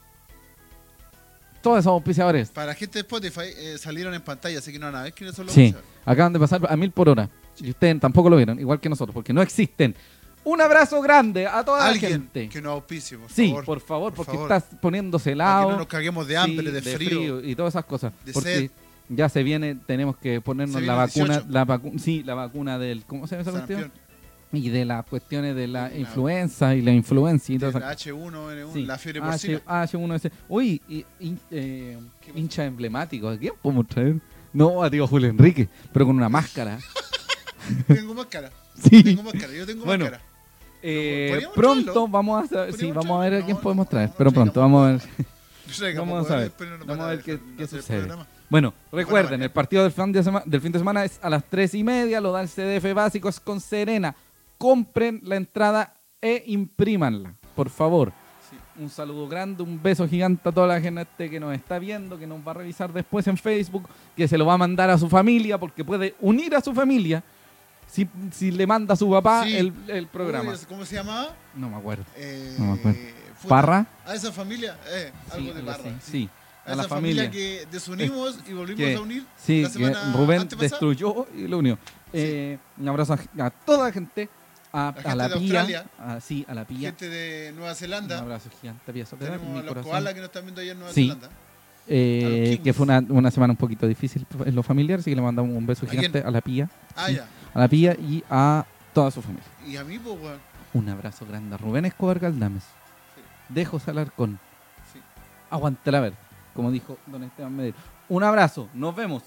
Speaker 2: todos esos auspiciadores.
Speaker 1: Para gente de Spotify eh, salieron en pantalla, así que no van a ver quiénes son los
Speaker 2: Sí,
Speaker 1: auspiciadores.
Speaker 2: acaban de pasar a mil por hora. Y ustedes tampoco lo vieron, igual que nosotros, porque no existen. Un abrazo grande a toda la
Speaker 1: Alguien
Speaker 2: gente.
Speaker 1: que nos auspicie, por
Speaker 2: Sí,
Speaker 1: favor.
Speaker 2: por favor,
Speaker 1: por
Speaker 2: porque
Speaker 1: favor.
Speaker 2: estás poniéndose
Speaker 1: Para
Speaker 2: helado.
Speaker 1: que no nos caguemos de hambre,
Speaker 2: sí,
Speaker 1: de, frío.
Speaker 2: y todas esas cosas.
Speaker 1: de
Speaker 2: porque
Speaker 1: sed.
Speaker 2: ya se viene, tenemos que ponernos
Speaker 1: Se
Speaker 2: la
Speaker 1: viene el
Speaker 2: vacuna,
Speaker 1: 18.
Speaker 2: la vacu- sí, la vacuna del, ¿cómo se llama esa cuestión?
Speaker 1: sarampión,
Speaker 2: Y de las cuestiones de la
Speaker 1: De la-
Speaker 2: influenza y la influencia y
Speaker 1: de
Speaker 2: todas esas
Speaker 1: la H1N1,
Speaker 2: Sí. Ah,
Speaker 1: la fiebre
Speaker 2: H-
Speaker 1: porcina.
Speaker 2: H1S. Uy, y- y- eh,
Speaker 1: ¿Qué pasó?
Speaker 2: hincha emblemático. ¿A quién podemos traer? No, a tío Julio Enrique, pero con una máscara.
Speaker 1: Tengo máscara.
Speaker 2: Sí.
Speaker 1: Tengo máscara, yo tengo
Speaker 2: Bueno,
Speaker 1: máscara.
Speaker 2: Eh,
Speaker 1: ¿Podríamos
Speaker 2: pronto
Speaker 1: traerlo?
Speaker 2: vamos a saber, sí,
Speaker 1: ¿Podríamos
Speaker 2: vamos a ver a
Speaker 1: traerlo?
Speaker 2: quién
Speaker 1: No,
Speaker 2: podemos
Speaker 1: no,
Speaker 2: traer,
Speaker 1: no,
Speaker 2: pero
Speaker 1: no,
Speaker 2: pronto
Speaker 1: no,
Speaker 2: vamos a ver.
Speaker 1: Yo sé que
Speaker 2: vamos a
Speaker 1: puedo
Speaker 2: saber.
Speaker 1: después no nos
Speaker 2: Vamos
Speaker 1: van
Speaker 2: a ver qué-
Speaker 1: dejar
Speaker 2: qué
Speaker 1: hacer el
Speaker 2: sucede.
Speaker 1: programa.
Speaker 2: Bueno, recuerden, el partido del fin, de sema- del fin de semana es a las 3 y media, lo da el CDF Básicos con Serena. Compren la entrada e imprímanla, por favor. Un saludo grande, un beso gigante a toda la gente que nos está viendo, que nos va a revisar después en Facebook, que se lo va a mandar a su familia, porque puede unir a su familia si, si le manda a su papá
Speaker 1: Sí.
Speaker 2: el, el programa.
Speaker 1: Uy, ¿Cómo se llamaba?
Speaker 2: No me acuerdo.
Speaker 1: Eh,
Speaker 2: No me acuerdo.
Speaker 1: puta,
Speaker 2: ¿Parra?
Speaker 1: A esa familia, eh, algo
Speaker 2: Sí,
Speaker 1: de
Speaker 2: algo así.
Speaker 1: Parra.
Speaker 2: Sí,
Speaker 1: A,
Speaker 2: a
Speaker 1: esa
Speaker 2: la
Speaker 1: familia,
Speaker 2: familia.
Speaker 1: que desunimos y volvimos
Speaker 2: que-
Speaker 1: a unir
Speaker 2: Sí,
Speaker 1: la
Speaker 2: que
Speaker 1: semana
Speaker 2: Rubén
Speaker 1: antepasada.
Speaker 2: destruyó y lo unió. Eh, un abrazo a, a toda la gente, a,
Speaker 1: La gente
Speaker 2: a la
Speaker 1: de
Speaker 2: pía.
Speaker 1: Australia.
Speaker 2: a- sí, a la pía.
Speaker 1: Gente de Nueva
Speaker 2: Un
Speaker 1: Zelanda.
Speaker 2: abrazo gigante, pía Sotera, en
Speaker 1: Tenemos
Speaker 2: mi
Speaker 1: a los
Speaker 2: corazón.
Speaker 1: koalas que nos están viendo allá en Nueva
Speaker 2: Sí.
Speaker 1: Zelanda.
Speaker 2: Eh,
Speaker 1: a los kiwis.
Speaker 2: que fue una, una semana un poquito difícil en lo familiar, así que le mandamos un beso
Speaker 1: ¿A
Speaker 2: gigante
Speaker 1: quién?
Speaker 2: a la pía,
Speaker 1: Ah,
Speaker 2: Sí.
Speaker 1: ya.
Speaker 2: a la pía y a toda su familia.
Speaker 1: Y a mí, pues, weón.
Speaker 2: Un abrazo grande a Rubén Escobar Galdames.
Speaker 1: Sí.
Speaker 2: De José Alarcón.
Speaker 1: Sí.
Speaker 2: Aguántala a ver, como dijo don Esteban Medel. Un abrazo, nos vemos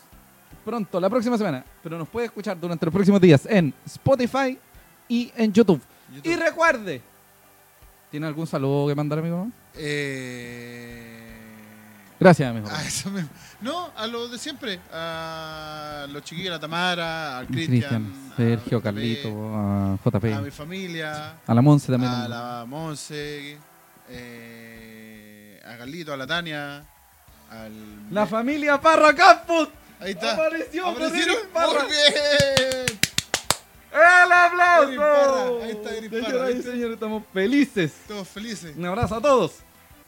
Speaker 2: pronto, la próxima semana. Pero nos puede escuchar durante los próximos días en Spotify y en YouTube.
Speaker 1: YouTube.
Speaker 2: Y recuerde, ¿tiene algún saludo que mandar, amigo?
Speaker 1: Eh...
Speaker 2: Gracias, amigo.
Speaker 1: A eso mismo. No, a lo de siempre. A los chiquillos, a la Tamara, al
Speaker 2: Cristian,
Speaker 1: Cristian, a
Speaker 2: Sergio,
Speaker 1: JP,
Speaker 2: Carlito, a JP,
Speaker 1: a mi familia,
Speaker 2: a la Monse también.
Speaker 1: a la Monse, eh, a Carlito, a la Tania, al.
Speaker 2: La familia Parra Campos.
Speaker 1: Ahí está.
Speaker 2: apareció
Speaker 1: ¿Aparecieron?
Speaker 2: Rodríguez Parra.
Speaker 1: ¡Muy bien!
Speaker 2: ¡El aplauso!
Speaker 1: Erin Parra, ahí está Erin Parra,
Speaker 2: Señoras y
Speaker 1: ¿viste?
Speaker 2: señores, estamos felices.
Speaker 1: Todos felices.
Speaker 2: Un abrazo a todos.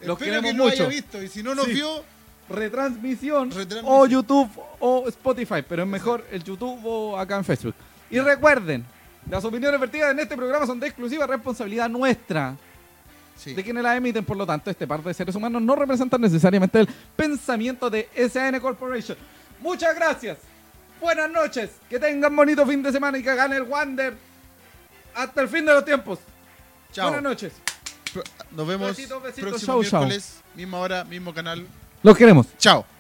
Speaker 2: Los queremos
Speaker 1: Espero que lo
Speaker 2: mucho.
Speaker 1: haya visto y si no nos
Speaker 2: Sí.
Speaker 1: vio,
Speaker 2: Retransmisión,
Speaker 1: Retransmisión.
Speaker 2: o YouTube o Spotify, pero es mejor el YouTube o acá en Facebook. Y recuerden, las opiniones vertidas en este programa son de exclusiva responsabilidad nuestra,
Speaker 1: sí.
Speaker 2: de quienes la emiten, por lo tanto, este par de seres humanos no representan necesariamente el pensamiento de SAN Corporation. Muchas gracias. Buenas noches. Que tengan bonito fin de semana y que gane el Wander hasta el fin de los tiempos.
Speaker 1: Chao.
Speaker 2: Buenas noches.
Speaker 1: Pro- Nos vemos
Speaker 2: Besitos, besitos.
Speaker 1: próximo
Speaker 2: Chao, chao.
Speaker 1: miércoles, misma hora, mismo canal.
Speaker 2: Los queremos.
Speaker 1: Chao.